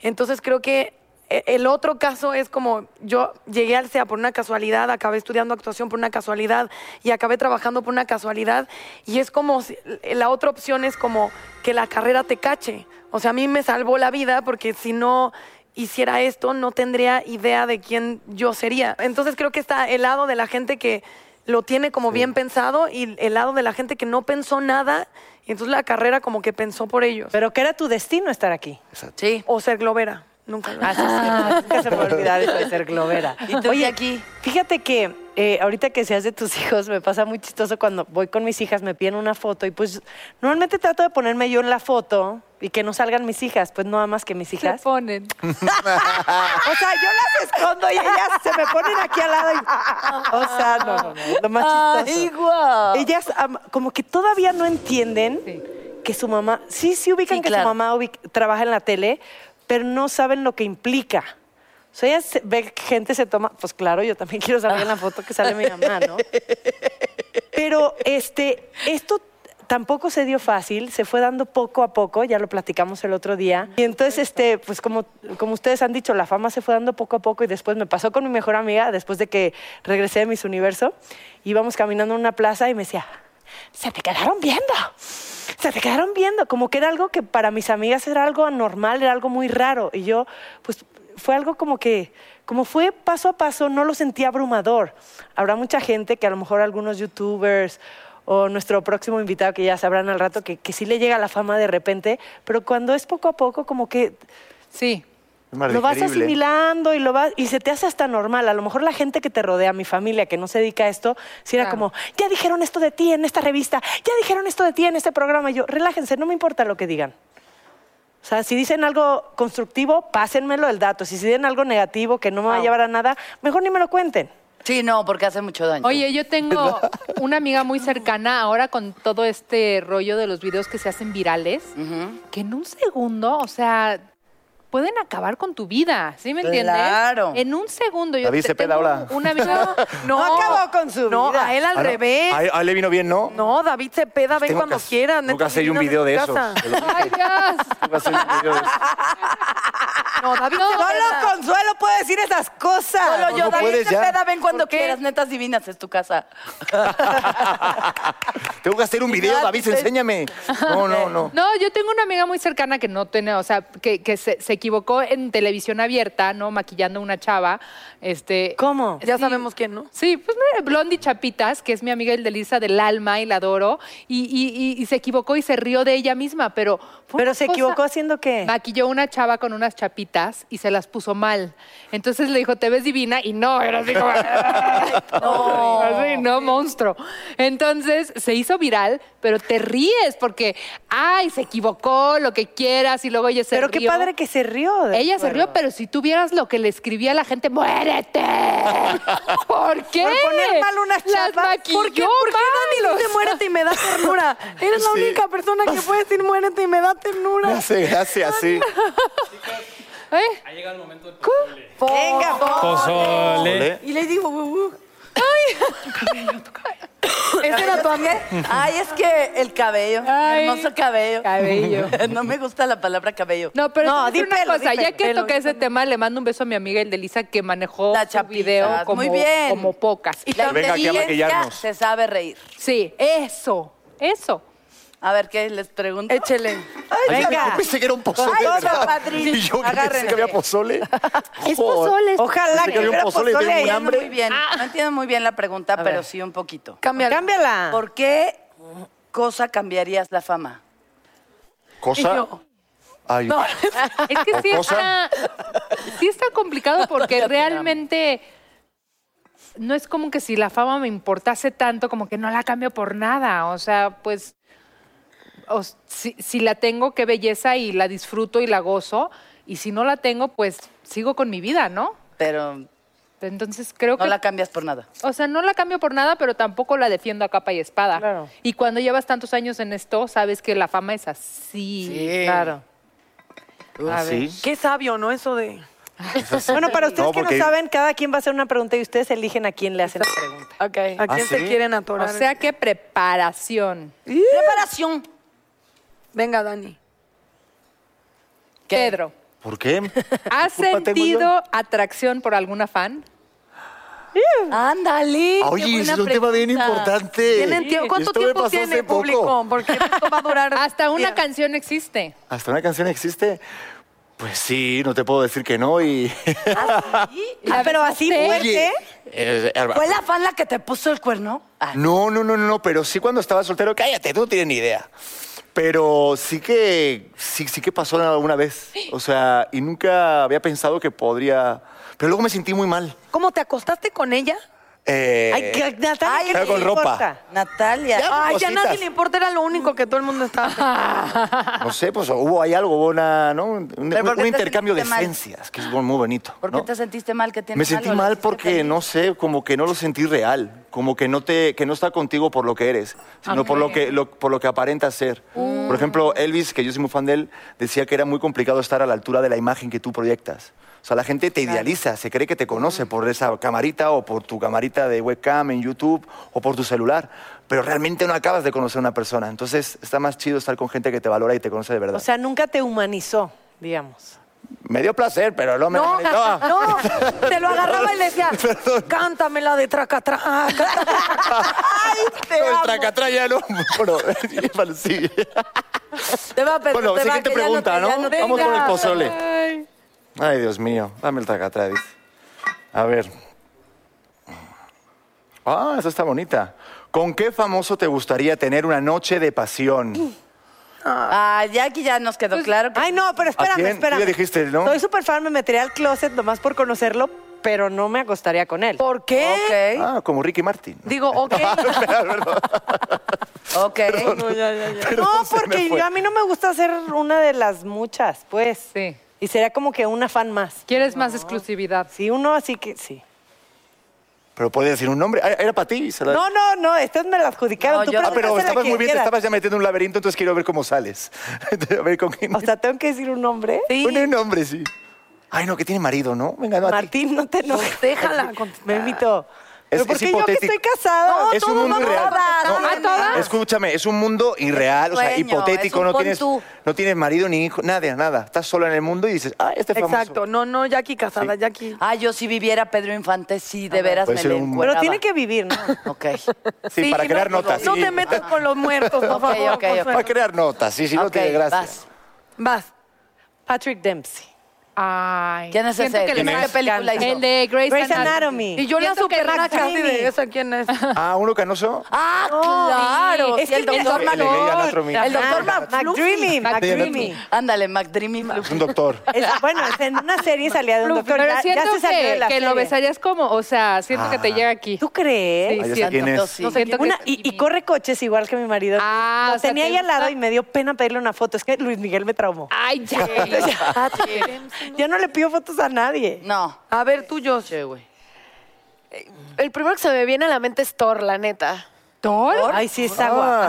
E: Entonces creo que e- el otro caso es como yo llegué al SEA por una casualidad, acabé estudiando actuación por una casualidad y acabé trabajando por una casualidad y es como si- la otra opción es como que la carrera te cache. O sea, a mí me salvó la vida porque si no hiciera esto no tendría idea de quién yo sería. Entonces creo que está el lado de la gente que lo tiene como bien pensado y el lado de la gente que no pensó nada y entonces la carrera como que pensó por ellos.
D: Pero que era tu destino estar aquí.
C: Sí.
E: O ser globera. Nunca lo
D: que se me olvidaba eso de ser globera.
C: ¿Y tú
D: Oye,
C: qué aquí?
D: Fíjate que eh, ahorita que seas de tus (laughs) hijos, me pasa muy chistoso cuando voy con mis hijas, me piden una foto y pues normalmente trato de ponerme yo en la foto y que no salgan mis hijas, pues nada más que mis
F: Se
D: hijas.
F: ponen.
D: O sea, yo las escondo y ellas se me (laughs) ponen aquí al lado. y- O sea, no, no, no, es lo más chistoso.
C: Ay, guau.
D: Ellas am- como que todavía no entienden que su mamá, sí, sí ubican
C: Sí,
D: que
C: claro.
D: su mamá ubic- trabaja en la tele, pero no saben lo que implica. O sea, ellas se- ven que gente se toma, pues claro, yo también (laughs) quiero saber en la foto que
C: (laughs)
D: sale mi mamá, ¿no? Pero este, esto tampoco se dio fácil, se fue dando poco a poco, ya lo platicamos el otro día. Y entonces, este, pues como, como ustedes han dicho, la fama se fue dando poco a poco y después me pasó con mi mejor amiga, después de que regresé de Miss Universo, íbamos caminando en una plaza y me decía, se te quedaron viendo, se te quedaron viendo, como que era algo que para mis amigas era algo anormal, era algo muy raro. Y yo, pues fue algo como que, como fue paso a paso, no lo sentí abrumador. Habrá mucha gente que a lo mejor algunos youtubers o nuestro próximo invitado que ya sabrán al rato que, que sí le llega la fama de repente, pero cuando es poco a poco, como que
F: Sí.
G: Es más
D: lo vas
G: digerible.
D: asimilando y lo vas y se te hace hasta normal. A lo mejor la gente que te rodea, mi familia que no se dedica a esto, si era
F: Claro.
D: como, ya dijeron esto de ti en esta revista, ya dijeron esto de ti en este programa. Y yo, relájense, no me importa lo que digan. O sea, si dicen algo constructivo, pásenmelo el dato. Si dicen algo negativo que no me va a llevar a nada, mejor ni me lo cuenten.
C: Sí, no, porque hace mucho daño.
F: Oye, yo tengo una amiga muy cercana ahora con todo este rollo de los videos que se hacen virales, que en un segundo, o sea, pueden acabar con tu vida, ¿sí me entiendes?
C: Claro.
F: En un segundo. Yo
G: David
F: te-
G: Cepeda,
F: tengo
G: hola.
F: Una amiga...
E: No,
D: acabó con su
E: No,
D: vida.
E: a él al
G: Ah, no.
E: revés.
G: A, él- a él le vino bien, ¿no?
E: No, David Cepeda, ven
G: Pues Tengo
E: cuando
G: que hacer-
E: quieras.
G: tengo que
E: neta,
G: hacer un
E: dinos de
G: video
E: tu
G: de esos.
E: casa.
G: Te lo dije.
F: Ay, Dios.
G: Tengo que hacer un video de esos.
E: No, David Cepeda.
D: Solo Consuelo puede decir esas cosas.
C: Solo yo,
G: no
C: David
G: puedes ya.
C: Cepeda, ven cuando
E: ¿Por qué?
C: quieras, netas divinas, es tu casa.
G: (laughs) Tengo que hacer un video, David, enséñame. (laughs) No, no, no.
F: (laughs) No, yo tengo una amiga muy cercana que no tiene, o sea, que, que se, se equivocó en televisión abierta, ¿no? Maquillando a una chava. Este,
D: ¿Cómo?
E: Ya
F: Sí.
E: sabemos quién, ¿no?
F: Sí, pues mira, Blondie Chapitas, que es mi amiga el de Lisa del alma y la adoro, y, y- y- y se equivocó y se rió de ella misma, pero... fue
D: Pero
F: una
D: se
F: cosa-
D: equivocó haciendo qué?
F: Maquilló una chava con unas chapitas y se las puso mal. Entonces le dijo, dijo, te ves divina, y no, era así como... (laughs) no. Así, no, monstruo. Entonces, se hizo viral, pero te ríes porque, ay, se equivocó, lo que quieras, y luego ella se
D: Pero
F: rió.
D: qué padre que se rió. de
F: Ella se
D: acuerdo.
F: rió, pero si tú vieras lo que le escribía a la gente, ¡muérete! ¿Por qué?
E: Por poner mal unas
F: Las
E: chapas.
F: maquilló
E: ¿Por qué, ¿Por qué Dani
F: mal.
E: dice muérete y me da ternura? Eres la
G: Sí.
E: única persona que puede decir muérete y me da ternura.
G: Me hace gracia, sí.
F: ¿Eh?
J: Ha llegado el momento del
E: Venga,
G: Pozole.
E: Y le digo, "Uh, uh".
C: (laughs)
E: ¿Esa era tu amiga?
C: Ay, es que el cabello,
F: Ay.
C: hermoso cabello. (laughs)
F: Cabello.
C: no me gusta la palabra cabello.
F: No, pero
C: no,
F: no,
C: di
F: una
C: pelo,
F: cosa,
C: di
F: ya
C: pelo,
F: que
C: pelo,
F: toca ese tema, le mando un beso a mi amiga Eldelisa que manejó la su video como,
C: muy bien.
F: como pocas.
C: Y la
G: Venga aquí a
C: inteligencia
G: maquillarnos.
C: se sabe reír.
F: Sí, eso, eso.
C: A ver, ¿qué les pregunto?
E: Échele.
G: Ay, yo
C: venga.
G: pensé que era un pozole.
C: Con todo,
G: ¿verdad?
C: padrino.
G: (laughs) Y yo que pensé
C: Agárrense.
G: que había pozole.
F: Es
G: Joder.
F: pozole. Ah.
D: Ojalá
G: Pensé que había un
D: hubiera
G: pozole y
D: pozole
G: tengo
D: ahí,
G: un
D: ¿no?
G: hambre.
C: Muy bien. No entiendo muy bien la pregunta, pero
D: ver.
C: sí un poquito.
E: Cámbiala.
D: Cámbiala.
C: ¿Por qué cosa cambiarías la fama?
G: Cosa. Ay,
C: No.
F: (laughs) Es que
G: ¿O
F: sí
G: cosa?
F: está, sí está
E: (laughs)
F: complicado porque realmente no es como que si la fama me importase tanto, como que no la cambio por nada. O sea, pues o s- si, si la tengo, qué belleza y la disfruto y la gozo. Y si no la tengo, pues sigo con mi vida, ¿no?
C: Pero
F: Entonces creo
C: no
F: que...
C: la cambias por nada.
F: O sea, no la cambio por nada, pero tampoco la defiendo a capa y espada.
D: Claro.
F: Y cuando llevas tantos años en esto, sabes que la fama es así.
D: Claro.
G: Ah, sí.
E: Qué sabio, ¿no? Eso de...
D: Bueno, para ustedes
G: No,
D: que
G: porque-
D: no saben, cada quien va a hacer una pregunta y ustedes eligen a quién le hacen la pregunta.
H: Ok.
E: ¿A quién se
G: ¿Ah, sí?
E: quieren
F: O
E: atorar?
F: sea, qué preparación.
C: Preparación.
E: Venga, Dani.
F: Pedro,
G: ¿Por qué? (laughs)
F: ¿has
G: ¿Qué culpa tengo yo?
F: sentido atracción por alguna fan?
C: Ándale.
G: Ah, Oye,
C: qué
G: ese
C: buena
G: es un tema bien
C: pregunta.
G: importante.
E: ¿Tienen tiempo? ¿Cuánto
G: Esto me
E: tiempo
G: pasó
E: tiene
G: hace poco.
E: público? Porque esto va a durar...
F: (laughs) Hasta una
E: días.
F: canción existe.
G: ¿Hasta una canción existe? Pues sí, no te puedo decir que no y... (laughs)
D: Ah, pero así
F: ¿Sí?
D: fuerte.
G: Eh,
C: ¿Fue la fan la que te puso el cuerno? Ah,
G: No, no, no, no, no, pero sí cuando estaba soltero, cállate, tú no tienes ni idea. Pero sí que, sí, sí que pasó alguna vez. O sea, y nunca había pensado que podría... Pero luego me sentí muy mal.
E: ¿Cómo te acostaste con ella?
G: Eh,
D: Ay, que- Natalia,
C: Ay,
D: ¿qué
G: pero
D: te
G: con ropa.
D: importa?
C: Natalia.
G: Ya,
E: Ay, ya
G: cositas.
E: nadie le importa, era lo único que todo el mundo estaba.
G: No sé, pues hubo ahí algo, hubo una, ¿no? un, un-
C: ¿por qué
G: un
C: te
G: intercambio de
C: sentiste mal?
G: esencias, que es muy bonito.
C: ¿Por qué
G: ¿no?
C: te sentiste mal que tienes
G: Me sentí
C: malo? ¿Lo
G: mal
C: hiciste
G: porque,
C: feliz?
G: no sé, como que no lo sentí real, como que no, te, que no está contigo por lo que eres, sino por, lo que, lo- por lo que aparenta ser. Por ejemplo, Elvis, que yo soy muy fan de él, decía que era muy complicado estar a la altura de la imagen que tú proyectas. O sea, la gente te idealiza, se cree que te conoce por esa camarita o por tu camarita de webcam en YouTube o por tu celular, pero realmente no acabas de conocer a una persona. Entonces está más chido estar con gente que te valora y te conoce de verdad.
D: O sea, nunca te humanizó, digamos.
G: me dio placer, pero no me
E: No,
D: (laughs)
G: molestaba.
E: no, te lo agarraba y le decía,
G: (laughs)
E: cántamela de tracatrá. Ay, te
G: No, el
E: amo.
G: tracatrá ya no. (laughs) Bueno, vale, sí.
C: Te va, Pedro,
G: Bueno,
C: te va,
G: siguiente
C: que ya
G: pregunta,
C: te- ya
G: ¿no?
C: te-
G: Vamos con el
C: Venga.
G: pozole. Ay, Dios mío. Dame el tracatrá, dice. A ver. Ah, esa está bonita. ¿Con qué famoso te gustaría tener una noche de pasión?
C: Ah, ya aquí ya nos quedó claro que...
D: Pues, Ay, no, pero
G: ¿A quién?
D: espérame,
G: Tú ya
D: espérame.
G: dijiste, ¿no?
D: Soy súper fan, me metería al closet nomás por conocerlo, pero no me acostaría con él.
E: ¿Por qué?
C: Ok,
G: Ah, como Ricky Martin.
E: Digo,
D: (laughs)
E: ok.
G: (laughs)
C: ok.
D: No,
G: se me
D: porque
G: fue.
D: yo- a mí no me gusta ser una de las muchas, pues.
F: Sí.
D: Y sería como que una fan más.
F: ¿Quieres más exclusividad?
D: Sí, uno así que sí.
G: Pero puede decir un nombre. Ah, Era para ti. se la-
D: No, no, no, estas me las adjudicaron.
C: No,
D: Tú
C: yo-
G: Ah, pero
D: pregúntasela a
G: estabas
D: quien
G: muy bien, te
D: quieras.
G: estabas ya metiendo en un laberinto, entonces quiero ver cómo sales. (laughs) A ver con quién.
D: O sea, tengo que decir un nombre.
G: Un nombre, sí. Ay, no, que tiene marido, ¿no? Venga, no, a ti.
D: Martín, no te enojes.
E: déjala
D: Me invito. Pero
G: es
D: ¿por qué yo que
G: hipotético.
D: estoy casada?
C: No,
G: es un mundo
C: vamos
G: irreal.
C: todas,
G: No,
C: ¿a
D: Ah.
C: todas?
G: Escúchame, es un mundo irreal, o sea,
C: sueño,
G: hipotético.
C: es un
G: No
C: pon
G: tienes,
C: tú.
G: no tienes marido ni hijo, nada, nada. Estás sola en el mundo y dices, ah, este es famoso.
E: Exacto, no, no, Jackie casada, Jackie.
C: Ah, yo si viviera Pedro Infante, sí, de veras
G: Ah, Puede
C: me
G: ser
C: lo
G: un-
C: encueraba.
D: Pero tiene que vivir, ¿no?
C: Ok.
G: Sí, para
E: no,
G: crear notas.
E: No
G: sí. Ah.
E: te metas
C: (laughs)
E: con los muertos, por
C: Ok,
E: favor.
C: ok, ok.
G: Para
E: Consuelo.
G: crear notas, sí, sí, no
C: Ok,
G: tiene gracia.
C: vas.
E: Vas.
D: Patrick Dempsey.
F: Ay.
C: ¿Quién es
F: siento
C: ese?
F: que le
C: ¿Quién
F: sabe
C: es?
F: película
C: ¿Quién es?
F: Ah, El de Grey's,
D: Grey's Anatomy.
F: Y yo la
E: Siento que
F: super
E: era
F: racha.
E: casi de esa, ¿quién es?
G: Ah, uno canoso.
C: Ah, claro.
D: Es
C: sí,
D: que
C: el doctor
G: mira, El de Grey's Anatomy.
C: McDreamy. El doctor
D: Ajá,
C: McDreamy.
D: McDreamy, McDreamy.
C: Ándale, McDreamy.
G: Es
C: (laughs)
G: un doctor.
D: Es- bueno, es en una serie salía de
C: pues
D: un doctor.
F: Pero
D: ya, ya
F: siento
D: se salió de
F: que,
D: la
F: que lo
D: serie.
F: besarías como, o sea, siento que te llega aquí.
D: ¿Tú crees?
G: Ah, ya sé
F: siento.
G: Ah. quién es.
C: No
F: sé quién
D: Una-
F: es.
D: y, y corre coches igual que mi marido.
F: Ah,
D: lo
F: o sea,
D: tenía
F: ¿te
D: ahí al lado
F: gusta?
D: y me dio pena pedirle una foto. Es que Luis Miguel me traumó.
F: Ay,
D: (laughs)
F: ya.
D: Yo no le pido fotos a nadie.
C: No.
E: A ver, tuyos.
H: El primero que se me viene a la mente es Thor, la neta.
F: ¿Thor?
D: Ay, sí, es agua.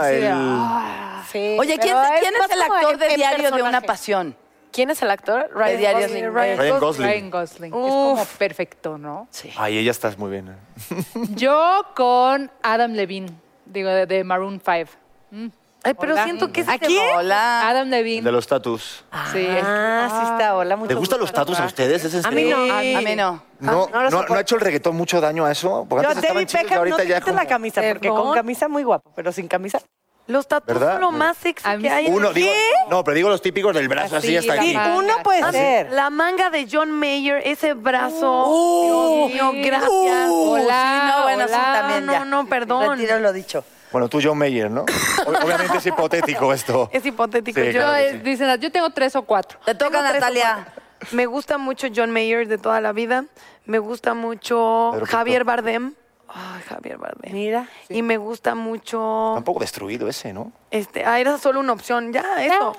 G: Ah,
D: Así
G: el-
D: de-
H: Sí.
C: Oye, ¿quién,
H: pero
C: quién es
H: más
C: el
H: como
C: actor de
H: en
C: Diario de una
H: personaje.
C: Pasión?
H: ¿Quién es el actor? Ryan
C: De Diario
H: Gosling.
C: de una
G: Ryan Gosling.
F: Ryan Gosling. Es como perfecto, ¿no?
G: Ay, ella estás muy bien. ¿eh?
F: Yo con Adam Levine, digo, de, de Maroon 5. Mm.
E: Ay, pero
F: Hola.
E: siento que es
C: ¿A quién? Hola.
F: Adam
G: El de
F: Levine.
G: los tatus.
F: Sí.
D: Ah, sí está, hola, mucho
G: ¿Te gustan los
D: gusto.
G: tatus a ustedes? ¿Es en
D: A mí
G: serio?
D: no.
C: A mí no.
G: No,
D: no lo
G: no, no
D: soporto.
G: ha hecho el reggaetón mucho daño a eso. Porque
D: Yo,
G: antes estaban
D: David
G: chidos y
D: Beckham, no
G: ahorita
D: te
G: ya
D: quites
G: como-
D: la camisa, porque
E: Perdón.
D: con camisa muy guapo, pero sin camisa.
E: Los tatuajes
G: ¿Verdad?
E: son lo más sexy
F: A mí
E: que hay. en-
G: Uno, digo, no, pero digo los típicos del brazo
F: Así,
G: así, hasta
F: la
G: aquí.
D: Sí,
F: mano.
D: uno puede
E: Ah, sí.
D: ser.
E: La manga de John Mayer, ese brazo. Dios mío, gracias. Oh,
F: Hola,
C: Sí, no, bueno, sí,
F: hola.
C: también
E: No,
C: ya.
E: no, perdón.
C: Retiro lo dicho.
G: Bueno, tú John Mayer, ¿no? O- Obviamente es hipotético esto.
E: Es hipotético.
G: Sí,
E: Yo,
G: claro.
F: Yo,
G: que
F: eh,
G: sí.
F: dicen, yo tengo tres o cuatro.
C: Te toca,
E: tres o
C: Natalia.
E: Me gusta mucho John Mayer de toda la vida. Me gusta mucho
G: Pedro Pico.
E: Javier Bardem. Ay, Javier Bardem.
D: Mira.
E: Y me gusta mucho.
G: Tampoco destruido ese, ¿no?
E: Este, ah, era solo una opción. Ya, eso.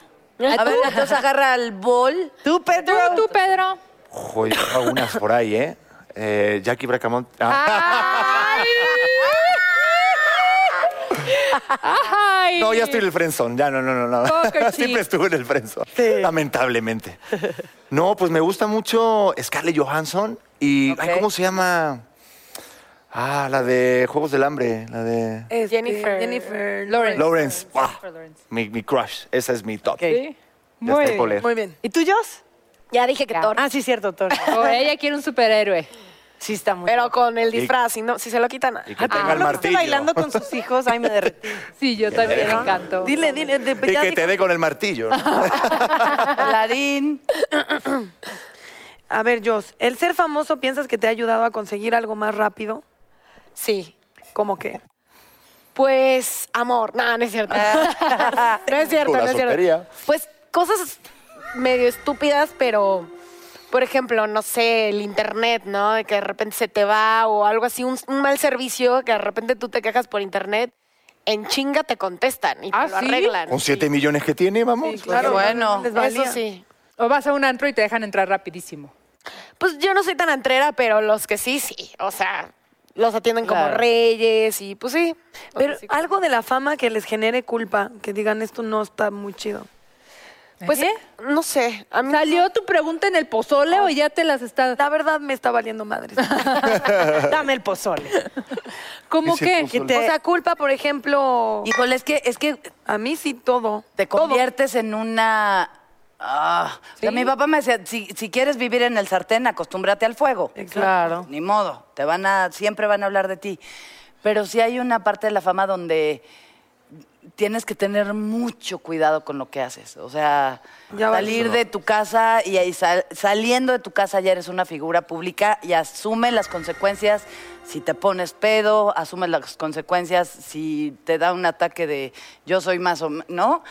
C: A ver, entonces agarra el bol.
D: Tú,
F: Tú,
D: Pedro.
F: tú, Pedro.
G: Joder, yo hago unas por ahí, ¿eh? eh Jackie ah, Bracamont.
F: Ay. Ay.
G: No, ya estoy en el friendzone. Ya, no, no, no. no. (laughs)
F: Poker
G: Siempre
F: chip.
G: estuve en el friendzone. Lamentablemente. No, pues me gusta mucho Scarlett Johansson y... ay,
C: Ok.
G: ¿Cómo se llama? Ah, la de Juegos del Hambre, la de...
E: Este,
H: Jennifer.
E: Jennifer Lawrence.
G: Lawrence. ¡Buah! Mi, mi crush. Esa es mi top.
F: Sí. Muy
G: Ya está,
F: bien.
G: Pole.
E: Muy bien.
D: ¿Y tú, Jos?
H: Ya dije que
F: Ya.
H: Thor.
D: Ah, sí, cierto,
H: (laughs)
D: Toro.
F: O ella quiere un superhéroe.
D: Sí está muy
H: Pero
D: guapo.
H: con el
G: Y-
H: disfraz, si, no, si se lo quitan.
G: Y que
H: ah,
G: tenga
D: Ah,
G: el
D: lo que esté
G: martillo.
D: bailando con sus hijos, ay, me derretí.
F: Sí, yo también me encanto.
E: Dile, dile. de-
G: Y
E: ya
G: que
E: di-
G: te dé con el martillo. ¿no?
C: Larín.
E: A ver, Jos, ¿el ser famoso piensas que te ha ayudado a conseguir algo más rápido?
H: Sí.
E: ¿Cómo que?
H: Pues amor. No, no es cierto. no es cierto,
G: Pura
H: no es cierto.
G: soltería.
H: Pues cosas medio estúpidas, pero por ejemplo, no sé, el internet, ¿no? De que de repente se te va o algo así, un, un mal servicio que de repente tú te quejas por internet, en chinga te contestan y te
F: ¿Ah,
H: lo
F: sí?
H: arreglan.
G: Con 7 millones que tiene, vamos.
E: Claro,
C: bueno.
E: les valía.
H: Eso sí.
F: O vas a un antro y te dejan entrar rapidísimo.
H: Pues yo no soy tan antrera, pero los que sí, sí. O sea, los atienden como
C: Claro.
H: reyes y pues sí. O
E: Pero
H: sea, sí, como-
E: algo de la fama que les genere culpa, que digan esto no está muy chido.
H: Pues
F: ¿Eh?
H: no sé. A mí
F: ¿Salió tu pregunta en el pozole o ya te las estás...?
E: La verdad me está valiendo madre.
G: (laughs)
D: Dame el pozole.
F: (laughs) ¿Cómo
G: Ese
F: qué?
G: pozole.
E: O sea, culpa, por ejemplo,
C: Híjole, es que, es que
E: a mí sí todo.
C: te
E: Todo.
C: conviertes en una. Ah, o sea, mi papá me decía, si, si quieres vivir en el sartén, acostúmbrate al fuego.
D: Claro.
C: Ni modo, te van a, siempre van a hablar de ti. Pero sí hay una parte de la fama donde tienes que tener mucho cuidado con lo que haces. O sea,
E: Ya valió.
C: salir de tu casa y ahí sal- saliendo de tu casa ya eres una figura pública y asume las consecuencias si te pones pedo, asume las consecuencias si te da un ataque de yo soy más o me-", ¿no?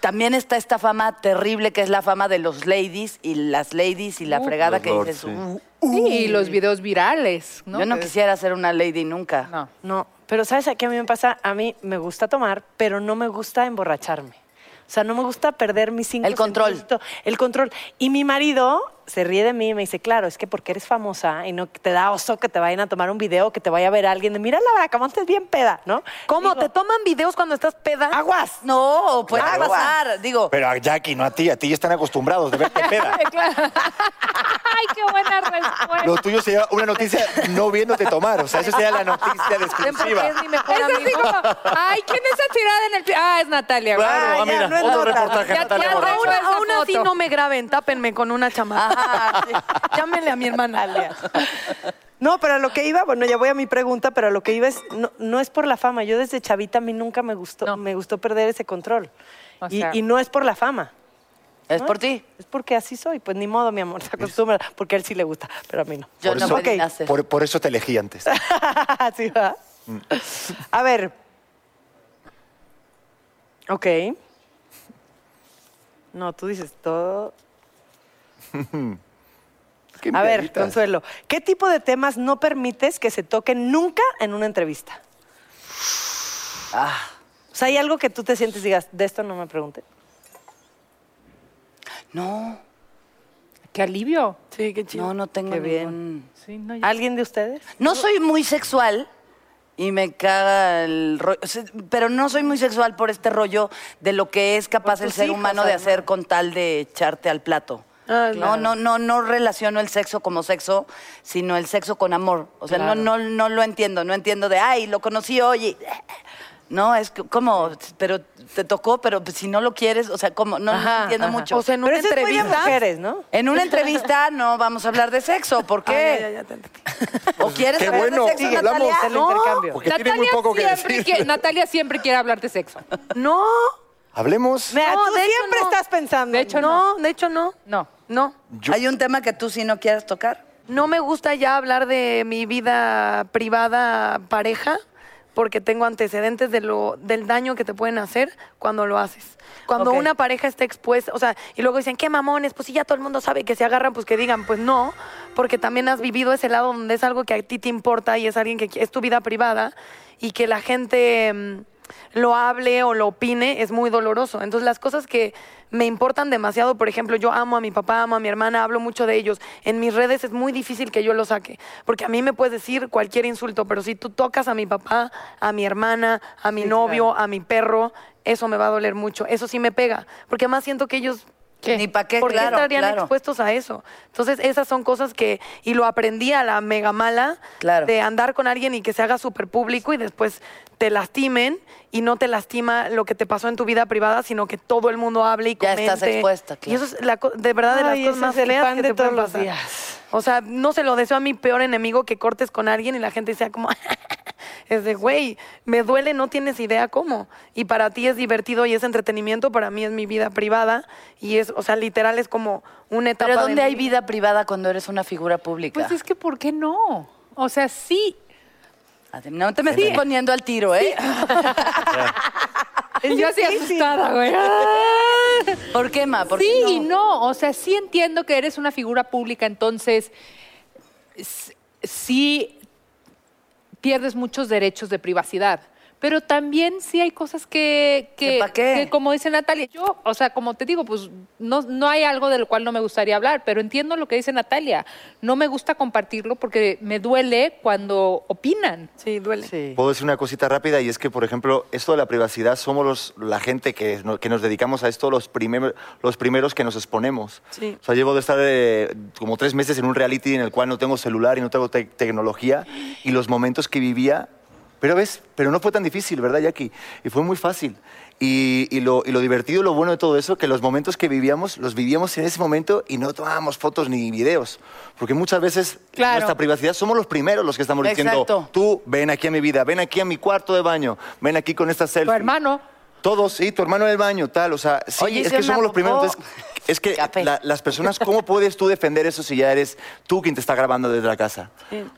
C: También está esta fama terrible que es la fama de los ladies y las ladies y la fregada
G: Los
C: que
G: lords,
C: dices.
G: sí.
C: "Uh,
F: Sí, y los videos virales, ¿no?
C: Yo no
F: Que- (laughs)
C: quisiera ser una lady nunca.
F: No.
D: No, pero ¿sabes a qué a mí me pasa? A mí me gusta tomar, pero no me gusta emborracharme. O sea, no me gusta perder mis cinco
C: El control.
D: sentidos, el control. Y mi marido se ríe de mí y me dice, claro, es que porque eres famosa y no te da oso que te vayan a tomar un video, que te vaya a ver alguien de, mira la bracamonte es bien peda, ¿no?
E: ¿Cómo?
D: Digo,
E: ¿Te toman videos cuando estás peda?
D: aguas?
C: No, pues, puede
G: Claro.
C: pasar. Digo,
G: Pero a Jackie, no a ti. A ti ya están acostumbrados de verte peda.
F: ¡Ay, qué buena respuesta!
G: Lo tuyo sería una noticia no viéndote tomar. O sea, eso sería la noticia de
E: Ven porque
G: exclusiva.
E: es mi mejor
F: Es así
E: amigo.
F: como, ay, ¿quién es esa tirada en el pi-?" Ah, es Natalia. güey.
G: Claro, ah,
D: ya,
G: mira,
D: no es
G: otro
D: nota.
G: reportaje.
F: Ya
G: Natalia
F: te hago
G: Borracha.
E: Aún,
F: esa
E: aún así
F: foto.
E: no me graben, tápenme con una chamada. (laughs) Llámenle a mi hermana.
D: No, pero a lo que iba, bueno, ya voy a mi pregunta, pero a lo que iba es, no, no es por la fama. Yo desde chavita a mí nunca me gustó,
F: No.
D: me gustó perder ese control.
F: O
D: Y,
F: sea-
D: y no es por la fama.
C: Es por ti.
D: Es porque así soy. Pues ni modo, mi amor, se acostumbra. Porque a él sí le gusta, pero a mí no.
C: Yo no
D: Ok.
C: pedí
D: (laughs)
C: nacer.
G: Por, por eso te elegí antes. (laughs)
D: Sí, ¿verdad?
C: Mm.
D: A ver. Ok. No, tú dices todo. A ver, Consuelo, ¿qué tipo de temas no permites que se toquen nunca en una entrevista? Ah, O sea, ¿hay algo que tú te sientes y digas, de esto no me pregunte?
C: No.
F: Qué alivio.
E: Sí, qué
C: No, no tengo
D: Qué bien.
C: ningún-
D: ¿Alguien de ustedes?
C: No soy muy sexual y me caga el rollo. Pero no soy muy sexual por este rollo de lo que es capaz
E: Por
C: el
E: tus
C: ser
E: hijos,
C: humano de
E: además.
C: hacer con tal de echarte al plato.
E: Ah,
C: No,
E: claro.
C: no, no, no relaciono el sexo como sexo, sino el sexo con amor. O sea,
E: Claro.
C: no, no, no lo entiendo, no entiendo de, ay, lo conocí hoy. y- (laughs) No, es que, como, pero te tocó, pero pues, si no lo quieres, o sea, como, no, no entiendo mucho.
E: O sea, en una
D: Pero eso es muy de
E: entrevista.
D: mujeres, ¿no?
C: En
E: (laughs)
C: una entrevista Ah, no vamos a hablar de sexo, ¿por qué?
E: Ah,
C: ¿O quieres
G: Qué
C: hablar
G: bueno,
C: de sexo,
G: sigue,
C: Natalia?
G: hablamos.
D: El intercambio.
G: Porque tiene muy poco que
F: siempre
G: decir.
F: quie- Natalia siempre quiere hablar de sexo.
E: No,
G: Hablemos.
D: Mira,
E: No,
D: tú
E: de hecho,
D: siempre
E: no.
D: estás pensando.
F: De hecho,
E: no, de hecho no.
F: No.
E: No.
G: Yo-
C: ¿Hay un tema que tú sí no quieras tocar?
E: No me gusta ya hablar de mi vida privada pareja porque tengo antecedentes de lo, del daño que te pueden hacer cuando lo haces. Cuando
D: Ok.
E: una pareja está expuesta, o sea, y luego dicen, qué mamones, pues si ya todo el mundo sabe que se agarran, pues que digan, pues no, porque también has vivido ese lado donde es algo que a ti te importa y es alguien que qui- es tu vida privada y que la gente mm, lo hable o lo opine es muy doloroso. Entonces las cosas que me importan demasiado, por ejemplo, yo amo a mi papá, amo a mi hermana, hablo mucho de ellos. En mis redes es muy difícil que yo lo saque, porque a mí me puedes decir cualquier insulto, pero si tú tocas a mi papá, a mi hermana, a mi
D: Sí,
E: novio,
D: claro.
E: a mi perro, eso me va a doler mucho. Eso sí me pega, porque además siento que ellos
C: Ni para qué,
E: ¿Por qué
C: claro,
E: estarían
C: claro.
E: expuestos a eso? Entonces, esas son cosas que. Y lo aprendí a la mega mala
C: Claro.
E: de andar con alguien y que se haga súper público y después te lastimen y no te lastima lo que te pasó en tu vida privada, sino que todo el mundo hable y
C: Ya
E: comente.
C: estás expuesta, claro.
E: Y eso es la co- de verdad de las
D: Ay,
E: cosas
D: ese
E: más
D: es el
E: feas
D: pan
E: que
D: de
E: te pueden
D: todos los
E: pasar.
D: días.
E: O sea, no se lo deseo a mi peor enemigo que cortes con alguien y la gente sea como. (laughs) es de, güey, me duele, no tienes idea cómo. Y para ti es divertido y es entretenimiento, para mí es mi vida privada. Y es, o sea, literal es como una etapa.
C: ¿Pero
E: de
C: dónde
E: mi
C: hay vida privada cuando eres una figura pública?
F: Pues es que, ¿por qué no? O sea, sí.
C: Adem- Ah, No te me estés poniendo al tiro, ¿eh? (laughs)
F: (laughs) Yo así asustada, güey.
C: ¿Por qué, Ma? ¿Por
F: sí
C: qué
F: y no. O sea, sí entiendo que eres una figura pública, entonces s- sí pierdes muchos derechos de privacidad. Pero también sí hay cosas que,
C: ¿Que
F: que,
C: pa' qué?
F: que, como dice Natalia, yo, o sea, como te digo, pues no, no hay algo del cual no me gustaría hablar, pero entiendo lo que dice Natalia. No me gusta compartirlo porque me duele cuando opinan.
E: Sí, duele.
G: Puedo decir una cosita rápida y es que, por ejemplo, esto de la privacidad somos los- la gente que, no- que nos dedicamos a esto los, primer- los primeros que nos exponemos.
E: Sí.
G: O sea, llevo de estar eh, como tres meses en un reality en el cual no tengo celular y no tengo tec- tecnología y los momentos que vivía. Pero ves, pero no fue tan difícil, ¿verdad, Jackie? Y fue muy fácil. Y, y lo, y lo divertido, lo bueno de todo eso, que los momentos que vivíamos, los vivíamos en ese momento y no tomábamos fotos ni videos. Porque muchas veces
F: Claro.
G: nuestra privacidad somos los primeros los que estamos
C: Exacto.
G: diciendo, tú ven aquí a mi vida, ven aquí a mi cuarto de baño, ven aquí con esta selfie.
F: Tu hermano.
G: Todos, sí, tu hermano en el baño, tal, o sea, sí,
C: Oye,
G: es
C: se
G: que
C: me
G: somos los primeros.
C: apocó.
G: entonces, es que
C: Escapé.
G: la- las personas, ¿cómo puedes tú defender eso si ya eres tú quien te está grabando desde la casa?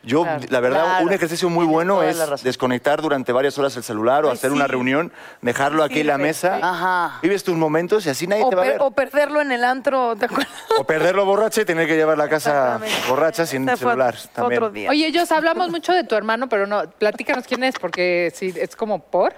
G: Yo, la verdad,
C: Claro.
G: un ejercicio muy
C: Tienes
G: bueno
C: toda
G: es
C: la razón.
G: desconectar durante varias horas el celular o hacer una reunión, dejarlo aquí en la mesa,
C: Ajá.
G: vives tus momentos y así nadie
E: O,
G: te va a
E: per-
G: ver.
E: o perderlo en el antro, ¿te acuerdas?
G: O perderlo borracha y tener que llevar la casa
E: Exactamente.
G: borracha sin
E: Ese fue
G: celular.
E: otro
G: también.
E: día.
F: Oye, ellos hablamos mucho de tu hermano, pero no, platícanos quién es, porque sí, es como por.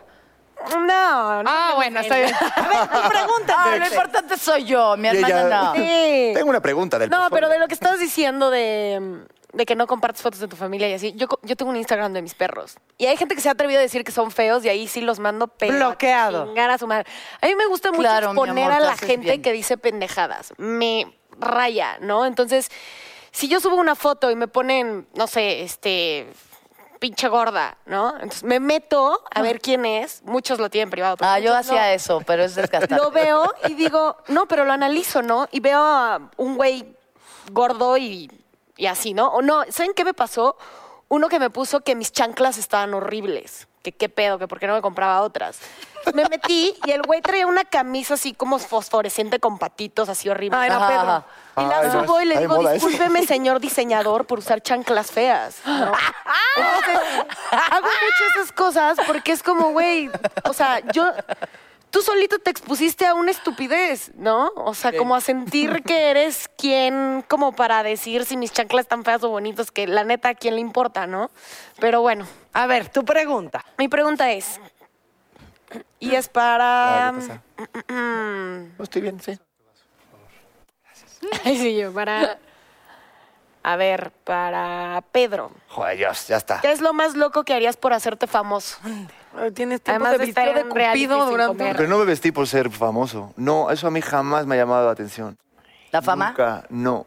E: No, no.
F: Ah, bueno, está bien.
C: A ver, tú pregúntame. Ah, lo importante soy yo, mi
G: Y ella-
C: hermana no.
H: Sí.
G: Tengo una pregunta del
H: No,
G: pozole.
H: pero de lo que estás diciendo de, de que no compartes fotos de tu familia y así, yo, co- yo tengo un Instagram de mis perros. Y hay gente que se ha atrevido a decir que son feos y ahí sí los mando pero a
D: Bloqueado.
H: chingar a su madre. A mí me gusta mucho
C: Claro, mi
H: exponer
C: amor,
H: a
C: tú
H: la
C: haces
H: gente
C: bien.
H: que dice pendejadas. Me raya, ¿no? Entonces, si yo subo una foto y me ponen, no sé, este pinche gorda, ¿no? Entonces me meto a ver quién es. Muchos lo tienen privado. pero
C: Ah, yo
H: muchos no.
C: hacía eso, pero es desgastante.
H: Lo veo y digo, no, pero lo analizo, ¿no? Y veo a un güey gordo y, y así, ¿no? O no, ¿saben qué me pasó? Uno que me puso que mis chanclas estaban horribles. que qué pedo, que por qué no me compraba otras. Me metí y el güey traía una camisa así como fosforescente con patitos así horrible.
E: Ah, era Pedro.
H: Y la
E: Ay,
H: subo y le
E: ay,
H: digo,
E: mola eso.
H: discúlpeme, señor diseñador, por usar chanclas feas. ¿no? Entonces, hago mucho esas cosas porque es como, güey, o sea, yo... Tú solito te expusiste a una estupidez, ¿no? O sea, como a sentir que eres quien, como para decir si mis chanclas están feas o bonitas, que la neta, ¿a quién le importa, no? Pero bueno.
D: A ver, tu pregunta.
H: Mi pregunta es, y es para...
G: Dale, pasa.
H: Mm,
G: No, estoy bien, sí.
H: (laughs) Ay, sí, yo, para... A ver, para Pedro.
G: Joder, Dios, ya
C: Ah.
G: está.
H: ¿Qué es lo más loco que harías por hacerte famoso?
E: Tienes
H: tiempo
E: de vestir de cupido durante-
G: Pero no me vestí por ser famoso. No, eso a mí jamás me ha llamado la atención.
C: ¿La fama?
G: Nunca, no.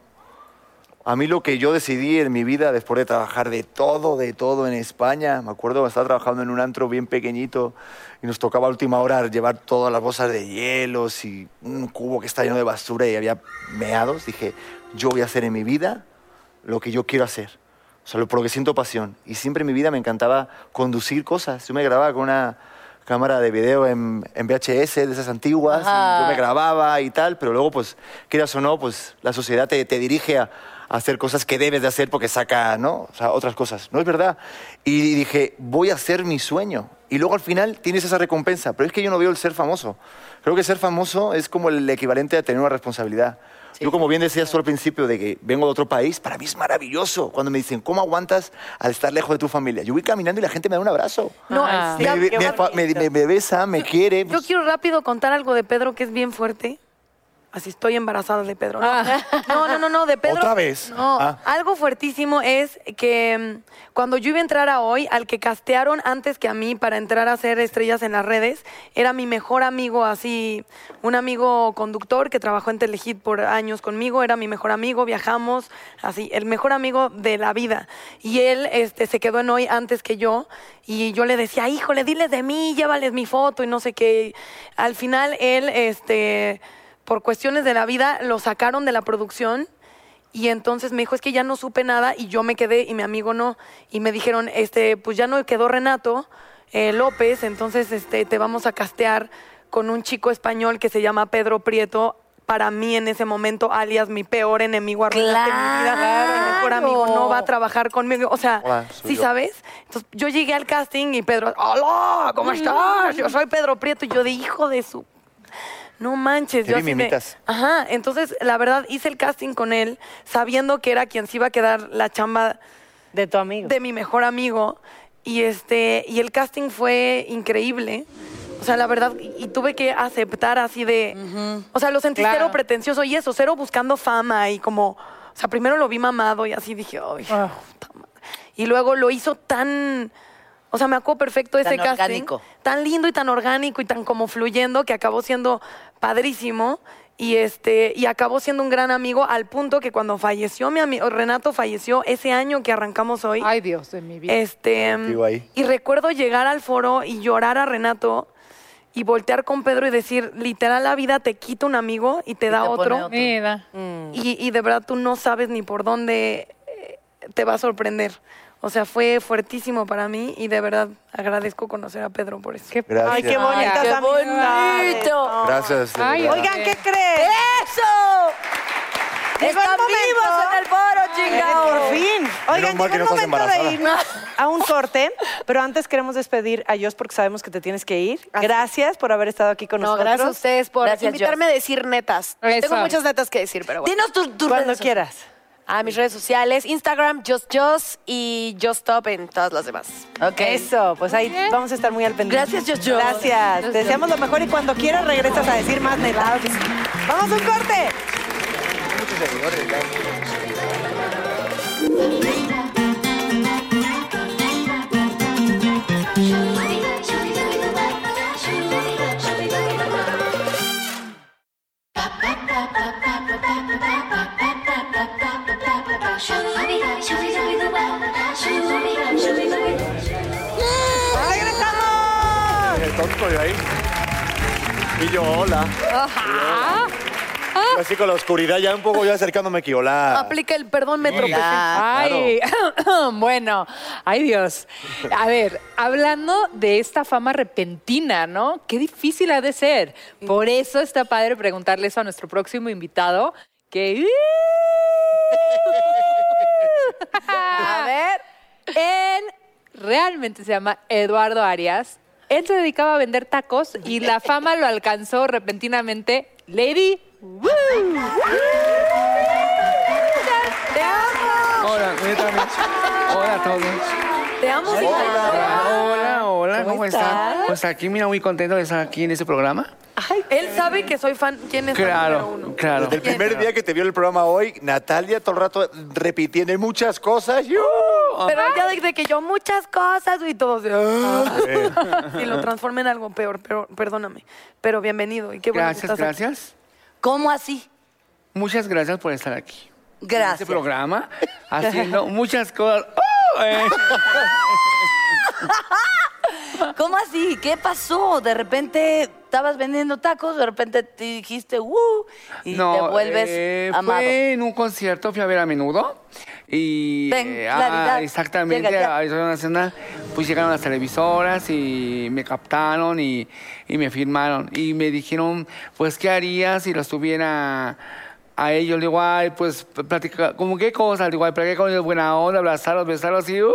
G: A mí lo que yo decidí en mi vida, después de trabajar de todo, de todo en España, me acuerdo que estaba trabajando en un antro bien pequeñito y nos tocaba a última hora llevar todas las bolsas de hielos y un cubo que está lleno de basura y había meados, dije, yo voy a hacer en mi vida lo que yo quiero hacer. O sea, lo porque siento pasión. Y siempre en mi vida me encantaba conducir cosas. Yo me grababa con una cámara de video en, en VHS de esas antiguas.
C: Ajá.
G: Yo me grababa y tal, pero luego, pues, quieras o no, pues la sociedad te, te dirige a, a hacer cosas que debes de hacer porque saca, ¿no? O sea, otras cosas. No es verdad. Y dije, voy a hacer mi sueño. Y luego al final tienes esa recompensa. Pero es que yo no veo el ser famoso. Creo que ser famoso es como el equivalente a tener una responsabilidad. Yo, como bien decías tú al principio, de que vengo de otro país, para mí es maravilloso cuando me dicen, ¿cómo aguantas al estar lejos de tu familia? Yo voy caminando y la gente me da un abrazo.
E: No,
G: Ah.
E: sí,
G: me, me-
E: qué
G: me-
E: bonito.
G: me- me- me besa, me quiere.
E: Yo quiero rápido contar algo de Pedro que es bien fuerte. Así estoy embarazada de Pedro. No, no, no, no, no, de Pedro.
G: ¿Otra vez?
E: No,
G: Ah.
E: algo fuertísimo es que mm, cuando yo iba a entrar a hoy, al que castearon antes que a mí para entrar a hacer estrellas en las redes, era mi mejor amigo, así, un amigo conductor que trabajó en Telehit por años conmigo, era mi mejor amigo, viajamos, así, el mejor amigo de la vida. Y él este, se quedó en hoy antes que yo y yo le decía, híjole, diles de mí, llévales mi foto y no sé qué. Al final él, este, por cuestiones de la vida, lo sacaron de la producción. Y entonces me dijo, es que ya no supe nada y yo me quedé y mi amigo no. Y me dijeron, este, pues ya no quedó Renato eh, López, entonces este, te vamos a castear con un chico español que se llama Pedro Prieto. Para mí en ese momento, alias mi peor enemigo, arruinaste mi vida, mi mejor amigo no va a trabajar conmigo. O sea,
G: Hola, Ah, soy
E: sí
G: yo.
E: sabes. Entonces yo llegué al casting y Pedro, hola,
D: Mm.
E: ¿cómo estás? Yo soy Pedro Prieto y yo de hijo de su no manches,
G: Te
E: yo
G: vi,
E: así de-
G: mimitas.
E: Ajá, entonces la verdad hice el casting con él sabiendo que era quien se iba a quedar la chamba
D: De tu amigo.
E: de mi mejor amigo y este y el casting fue increíble. O sea, la verdad y y tuve que aceptar así de O sea, lo sentí
F: Claro.
E: cero pretencioso y eso, cero buscando fama y como o sea, primero lo vi mamado y así dije, "Ay,
D: Ah.
E: puta madre". Y luego lo hizo tan o sea, me acuerdo perfecto ese
C: Tan
E: casting.
C: orgánico.
E: Tan lindo y tan orgánico y tan como fluyendo que acabó siendo padrísimo. Y, este, y acabó siendo un gran amigo al punto que cuando falleció mi amigo, Renato falleció ese año que arrancamos hoy.
F: Ay, Dios de mi vida.
E: Este,
G: Contigo ahí.
E: y recuerdo llegar al foro y llorar a Renato y voltear con Pedro y decir, literal, la vida te quita un amigo y te da
C: te pone
E: otro. Mm.
C: otro.
F: Mira.
E: Y, y de verdad tú no sabes ni por dónde eh, te va a sorprender. O sea, fue fuertísimo para mí y de verdad agradezco conocer a Pedro por eso.
F: Qué
G: Gracias.
D: Ay, qué bonitas
C: qué
D: amistades.
C: bonito.
D: No.
G: Gracias. de
F: Ay,
G: verdad.
D: Oigan, ¿qué creen?
C: ¡Eso!
D: Llegó el
C: ¡Están vivos
D: momento.
C: en el foro,
D: Eh, Por
C: chingados!
D: fin. Oigan,
G: mal
D: llegó
G: que
D: el
G: no estás
D: momento de
G: embarazada.
D: irnos a un corte, pero antes queremos despedir a Jos porque sabemos que te tienes que ir. Gracias por haber estado aquí con
H: No,
D: nosotros.
H: gracias a ustedes por
C: Gracias,
H: invitarme a decir netas.
F: Eso.
H: Tengo muchas netas que decir, pero bueno.
C: Dinos tus tu
D: Cuando quieras.
H: A Ah, mis redes sociales, Instagram, JustJust y JustTop en todas las demás.
C: Ok.
D: Eso, pues ahí vamos a estar muy al pendiente.
C: Gracias, Jojo.
D: Gracias. Te deseamos lo mejor y cuando quieras regresas a decir más neta. Vamos a un corte.
G: El tonto de ahí. Y yo, hola.
F: Ajá.
G: Yo, ahora sí con la oscuridad, ya un poco yo acercándome aquí. Hola.
F: Aplica el perdón, me
G: Sí.
F: tropecé.
G: Ah,
F: Ay, (laughs) bueno, ay Dios. A ver, hablando de esta fama repentina, ¿no? Qué difícil ha de ser. Por eso está padre preguntarle eso a nuestro próximo invitado, que... A ver. En, realmente se llama Eduardo Arias. Él se dedicaba a vender tacos y la fama lo alcanzó repentinamente. Lady. Wu.
E: Te amo.
J: Hola, ¿qué tal? Hola a todos.
E: Te amo. sin
J: Hola, hola,
E: ¿Cómo
J: ¿cómo, están? Pues aquí, mira, muy contento de estar aquí en este programa.
E: Ay, Él sabe que soy fan. ¿Quién es?
J: Claro, claro.
G: Desde el primer día que te vio en el programa hoy, Natalia todo el rato repitiendo muchas cosas. ¡Yuhu!
E: Pero ya desde que yo muchas cosas y todos de... "Ah". Y lo transformé en algo peor, pero perdóname. Pero bienvenido y qué bueno que
J: Gracias,
E: estás aquí.
J: gracias.
C: ¿Cómo así?
J: Muchas gracias por estar aquí. En
C: Gracias.
J: este programa,
C: (laughs)
J: haciendo muchas cosas. ¡Oh! Eh,
C: ¿Cómo así? ¿Qué pasó? De repente estabas vendiendo tacos, de repente te dijiste, ¡uh!
J: (laughs)
C: Y te vuelves
J: eh,
C: amado.
J: Fue en un concierto, fui a ver a menudo. Y
C: Ven,
J: eh,
C: claridad,
J: ah, exactamente
C: llega ya.
J: a Auditorio Nacional, pues llegaron las televisoras y me captaron y, y me firmaron. Y me dijeron, pues, ¿qué haría si los tuviera a ellos? Le digo, ay, pues, platicar, como qué cosas, le digo, ay, platicar con ellos, buena onda, abrazarlos, besarlos y, uh,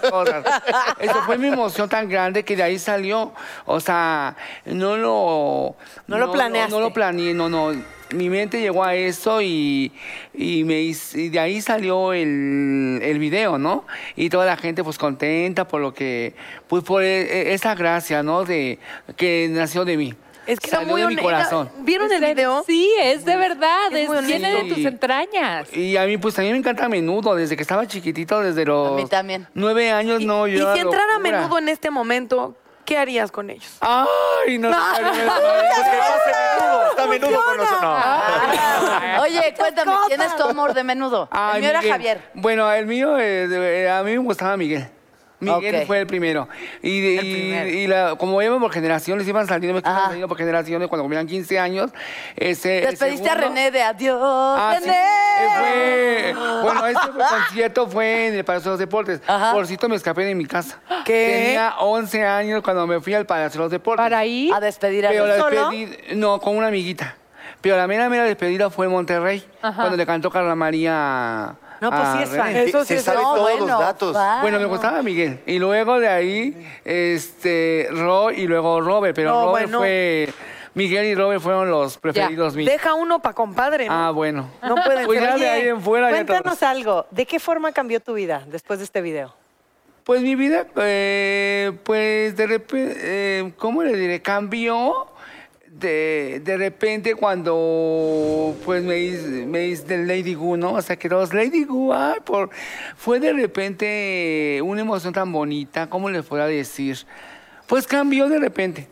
C: (laughs)
J: cosas. Eso fue mi emoción tan grande que de ahí salió. O sea, no lo...
D: No lo planeaste.
J: No, lo planeé, no, no. Mi mente llegó a eso y, y me, hice- y de ahí salió el, el video, ¿no? Y toda la gente pues contenta por lo que, pues por e- e- esa gracia, ¿no? De que nació de mí.
E: Es que
J: salió
F: muy
J: de mi
F: hone-
J: corazón.
E: ¿Vieron el video?
F: Sí, es de verdad,
E: Es
F: es,
E: muy
F: viene de
J: honesto.
F: tus entrañas.
J: Y a mí pues también me encanta a menudo, desde que estaba chiquitito, desde los
C: mí también.
J: nueve años, no, yo
E: Y
J: era
E: si entrara a
J: locura.
E: menudo en este momento, ¿qué harías con ellos?
J: Ay,
E: (laughs)
J: no,
E: No.
J: no, no, no, no.
G: Pues que pase menudo,
E: (laughs)
G: está menudo con nosotros. No.
C: Oye, cuéntame, ¿quién es tu amor de menudo?
J: (laughs) Ay,
C: el mío era
J: Miguel.
C: Javier.
J: Bueno, el mío, eh, de- eh, a mí me gustaba Miguel. Miguel
C: Ok.
J: fue el primero. Y, de- y- y la- como íbamos por generaciones, iban saliendo, me iban saliendo por generaciones cuando cumplían 15 años. Ese, el
C: Despediste a
J: segundo-
C: René de adiós.
J: Eh, Ah, sí,
C: René.
J: eh, fue- bueno, este fue- concierto fue en el Palacio de los Deportes. Por cierto, me escapé de mi casa.
C: ¿Qué?
J: Tenía 11 años cuando me fui al Palacio de los Deportes. ¿Para
F: ir?
C: A despedir a
J: Pero la
C: René.
J: despedida, no, con una amiguita. Pero la mera, mera despedida fue en Monterrey,
C: Ajá.
J: cuando le cantó Carla María.
C: No, pues
J: a
C: sí es
J: René.
C: fan. Eso sí Se es sabe fan. todos No, los bueno, datos. claro.
J: Bueno, me gustaba Miguel. Y luego de ahí, este, Roy y luego Robert. Pero
E: No,
J: Robert
E: bueno.
J: fue. Miguel y Robert fueron los preferidos míos.
E: Deja uno para compadre. ¿no?
J: Ah, bueno.
E: No pueden
J: Pues
E: ser.
J: ya de
E: Oye,
J: ahí en fuera ya todo.
D: Cuéntanos algo. ¿De qué forma cambió tu vida después de este video?
J: Pues mi vida, eh, pues de repente, eh, ¿cómo le diré? Cambió de, de repente cuando pues me hice, me hice del Lady Goo, ¿no? O sea, que todos, Lady Goo, ay, por... Fue de repente una emoción tan bonita, ¿cómo les puedo decir? Pues cambió de repente.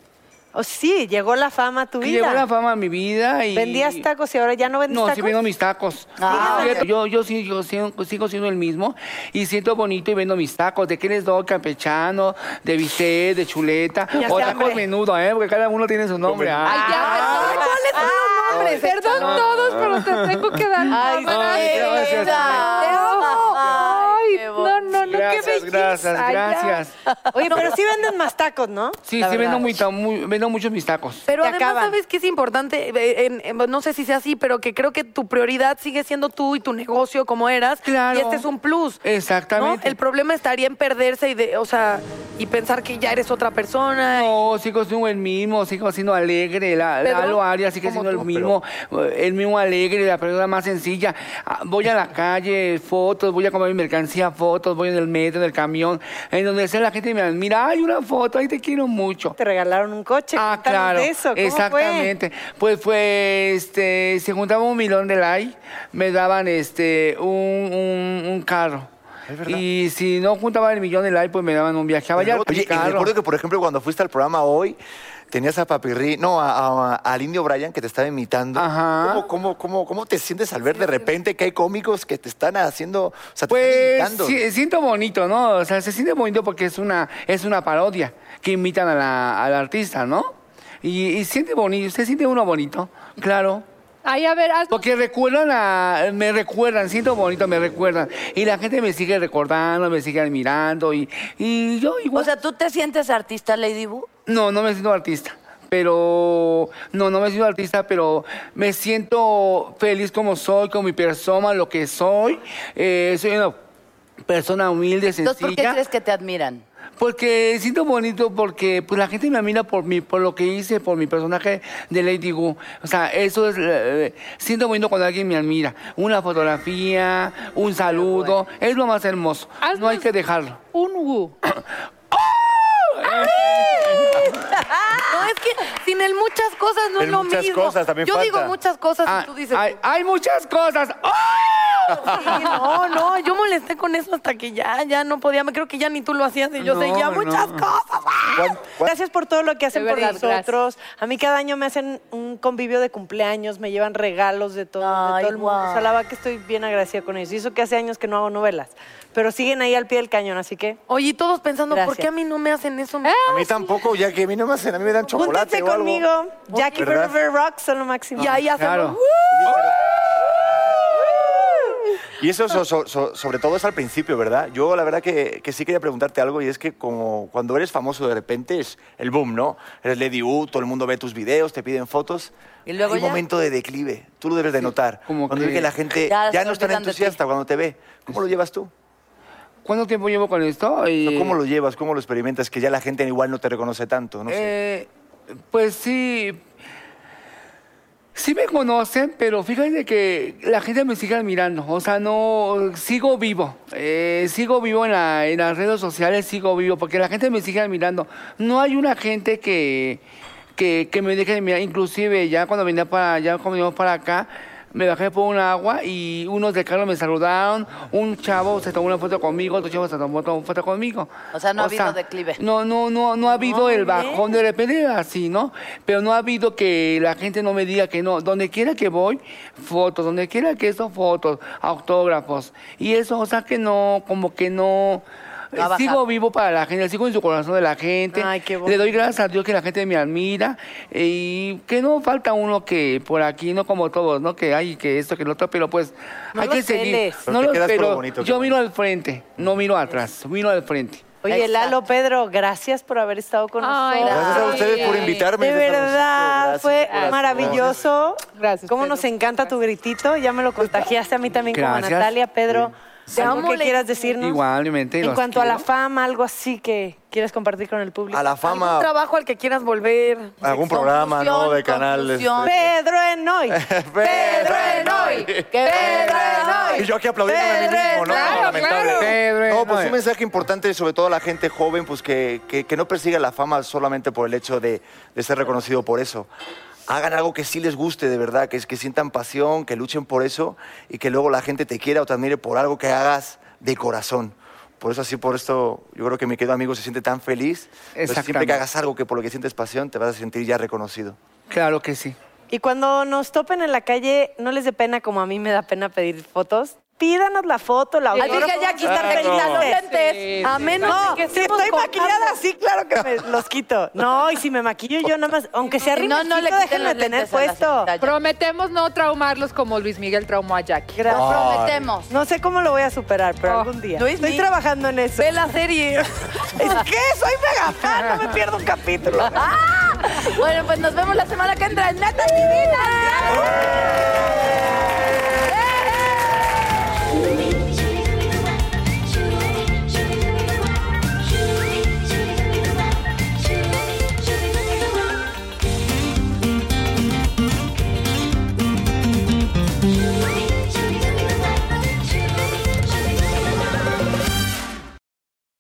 D: O Oh, sí, llegó la fama a tu vida.
J: Llegó la fama a mi vida y...
D: Vendías tacos y ahora ya no vendes
J: No,
D: tacos.
J: sí vendo mis tacos.
D: Ah,
J: Sí,
D: ok.
J: Yo, yo, sí- yo sigo, sigo siendo el mismo y siento bonito y vendo mis tacos. ¿De qué les doy? Campechano, de bistec, de chuleta
F: Ya
J: o
F: sé,
J: tacos
F: hombre.
J: menudo, ¿eh? Porque cada uno tiene su nombre.
F: Ay,
J: Ah.
F: ya, perdón. ¿Cuáles son los nombres? Perdón
J: chaval.
F: todos, pero te tengo que dar.
J: Ay,
F: nombres.
J: sí, gracias.
F: Te amo. Ay, no, no, no, qué
J: Ah, Gracias,
F: belleza.
J: gracias,
F: ya.
J: gracias.
D: Oye, pero sí venden más tacos, ¿no?
J: Sí,
D: La
J: sí,
D: verdad.
J: vendo, muy, ta- muy- vendo muchos mis tacos.
E: Pero además, ¿sabes qué es importante? Eh, en- en- no sé si sea así, pero que creo que tu prioridad sigue siendo tú y tu negocio como eras. Y este es un plus.
J: Exactamente.
E: ¿no? El problema estaría en perderse y de, o sea, y pensar que ya eres otra persona.
J: No, sigo siendo el mismo, sigo siendo alegre, la,
E: Pedro,
J: Lalo Arias sigue siendo el mismo, eh, el mismo alegre, la persona más sencilla. Ah, Voy a la calle, fotos, voy a comprar mi mercancía, fotos, voy en el metro, en el camión, en donde sea la gente me admira, hay una foto, ahí te quiero mucho.
D: Te regalaron un coche.
J: Ah,
D: cuéntanos
J: claro.
D: de eso, ¿cómo fue?
J: exactamente. Pues fue, este, se juntaba un milón de like, me daban este un, un- un carro. Y si no juntaban el millón de like, pues me daban un viaje a
G: Oye,
J: Vallarta.
G: y
J: carro.
G: recuerdo que, por ejemplo, cuando fuiste al programa hoy, tenías a Papirri, no, a- a- al indio Brian que te estaba imitando. ¿Cómo, cómo, cómo, cómo te sientes al ver de repente que hay cómicos que te están haciendo, o sea, te están
J: Pues
G: imitando?
J: sí, siento bonito, ¿no? O sea, se siente bonito porque es una, es una parodia que imitan a la- al artista, ¿no? Y, y siente bonito, se siente uno bonito, claro.
F: Ahí, a ver, haz...
J: Porque recuerdan a... Me recuerdan, siento bonito, me recuerdan. Y la gente me sigue recordando, me sigue admirando y, y yo igual...
C: O sea, ¿tú te sientes artista, Lady Boo?
J: No, no me siento artista. Pero no, no me siento artista, pero me siento feliz como soy, con mi persona, lo que soy. Eh, soy una persona humilde, sencilla.
C: Entonces, ¿por qué crees que te admiran? (laughs)
J: Porque siento bonito porque pues, la gente me admira por mi, por lo que hice, por mi personaje de Lady Wu. O sea, eso es eh, siento bonito cuando alguien me admira. Una fotografía, un saludo, es lo más hermoso. no hay que dejarlo.
F: Un Wu.
E: No, es que sin el muchas cosas no
G: El
E: es lo
G: muchas
E: mismo.
G: cosas también
E: Yo
G: falta.
E: digo muchas cosas
J: Ah,
E: y tú dices.
J: hay, hay muchas cosas. ¡Ah!
E: Sí, no, no, yo molesté con eso hasta que ya, ya no podía. Me creo que ya ni tú lo hacías y yo
D: No,
E: seguía muchas
D: no.
E: cosas.
D: Gracias por todo lo que hacen
E: De verdad,
D: por nosotros. A mí cada año me hacen un convivio de cumpleaños, me llevan regalos de todo, de todo el mundo.
C: guau.
D: O sea, la verdad que estoy bien agradecida con ellos. Y eso que hace años que no hago novelas. Pero siguen ahí al pie del cañón, así que.
E: Oye, y todos pensando, ¿por
D: Gracias.
E: qué a mí no me hacen eso?
G: A mí tampoco, ya que a mí no me hacen, a mí me dan chocolate
D: Júntense
G: o algo.
D: conmigo. Jackie
G: ¿Verdad?
D: Forever Rock son lo máximo.
E: Y ahí hacemos.
G: Claro. Y eso so- so- so- sobre todo es al principio, ¿verdad? Yo la verdad que, que sí quería preguntarte algo y es que como cuando eres famoso de repente es el boom, ¿no? Eres Lady U, todo el mundo ve tus videos, te piden fotos.
C: Y luego
G: Hay un
C: ya.
G: momento de declive, tú lo debes de notar. cuando
J: que-
G: ve que la gente
C: Ya
G: ya,
C: se
G: no es tan
C: olvidan de ti.
G: entusiasta cuando te ve. ¿Cómo lo llevas tú?
J: ¿Cuánto tiempo llevo con esto? Eh, Y-
G: ¿Cómo lo llevas? ¿Cómo lo experimentas? Que ya la gente igual no te reconoce tanto, no (laughs) sé.
J: Eh, pues sí. Sí me conocen, pero fíjense que la gente me sigue admirando. O sea, no. Sigo vivo. Eh, sigo vivo en, la- en las redes sociales, sigo vivo, porque la gente me sigue admirando. No hay una gente que. Que, que me deje de mirar, inclusive ya cuando venía para allá, cuando vinimos para acá, me bajé por un agua y unos de Carlos me saludaron, un chavo se tomó una foto conmigo, otro chavo se tomó otra foto conmigo.
C: O sea, no ha habido declive.
J: No, no, no, no ha habido el bajón de repente así, ¿no? Pero no ha habido que la gente no me diga que no. Donde quiera que voy, fotos, donde quiera que eso, fotos, autógrafos. Y eso, o sea que no, como que no.
C: No ha
J: sigo
C: bajado.
J: vivo para la gente, sigo en su corazón de la gente.
D: Ay, qué bonito.
J: Le doy gracias a Dios que la gente me admira. Eh, Y que no falta uno que por aquí, no como todos, ¿no? Que hay que esto, que lo otro, pero pues
D: No
J: hay
D: los
J: que seguir.
D: celes.
G: Pero te quedas con lo
J: pero
G: bonito que
J: yo miro al frente, no miro atrás, miro al frente.
D: Oye,
C: Exacto.
D: Lalo, Pedro, gracias por haber estado con
F: Ay,
D: nosotros.
G: Gracias a ustedes por invitarme.
D: De verdad,
G: Gracias,
D: fue
G: gracias.
D: maravilloso.
F: Gracias,
D: Cómo
F: Pedro.
D: nos encanta tu gritito. Ya me lo contagiaste a mí también como
J: Gracias.
D: a Natalia, Pedro.
E: Te
D: ¿Algo
E: amo,
D: que
E: Lady.
D: quieras decirnos?
J: Igualmente.
D: En
J: los
D: cuanto a la
J: quiero.
D: fama, algo así que quieras compartir con el público.
G: A la
E: Un
G: fama,
E: trabajo al que quieras volver.
G: algún programa, ¿no?
C: Conclusión,
G: De canales. este.
C: conclusión.
D: Pedro
G: (laughs)
D: Enoy.
G: Pedro
C: Enoy, que Pedro Enoy.
G: Y yo aquí aplaudiéndome a mí
C: Pedro
G: mismo, ¿no?
C: Enoy.
G: Lamentable.
J: Pedro eh,
G: No, pues
J: Enoy.
G: un mensaje importante, sobre todo a la gente joven, pues que, que- que no persiga la fama solamente por el hecho de, de ser reconocido por eso. Hagan algo que sí les guste, de verdad, que, es- que sientan pasión, que luchen por eso y que luego la gente te quiera o te admire por algo que hagas de corazón. Por eso, así, por esto, yo creo que mi querido amigo se siente tan feliz. Entonces, siempre
J: Exactamente.
G: que hagas algo que por lo que sientes pasión, te vas a sentir ya reconocido.
J: Claro que sí.
D: Y cuando nos topen en la calle, no les dé pena como a mí me da pena pedir fotos. Pídanos la foto, la Ah,
C: Así que ya quitarte quitando lentes.
E: A menos de que
D: No, si
E: estemos
D: estoy
E: con
D: maquillada,
E: algo.
D: sí, claro que me los quito. No, y si me maquillo yo nada más, aunque sea
C: No,
D: rimosito,
C: no le quiten
D: déjenme
C: los
D: tener
C: lentes a la
D: puesto.
C: señorita.
F: Prometemos no traumarlos como Luis Miguel traumó a Jackie.
D: Gracias.
C: Nos prometemos.
D: No sé cómo lo voy a superar, pero
F: Oh,
D: algún día.
C: Luis,
D: estoy
C: mi-
D: trabajando en eso.
E: Ve la serie.
D: (laughs) Es que soy mega fan, no me pierdo un capítulo.
C: (laughs) ¡Ah! Bueno, pues nos vemos la semana que entra en Netas Divinas.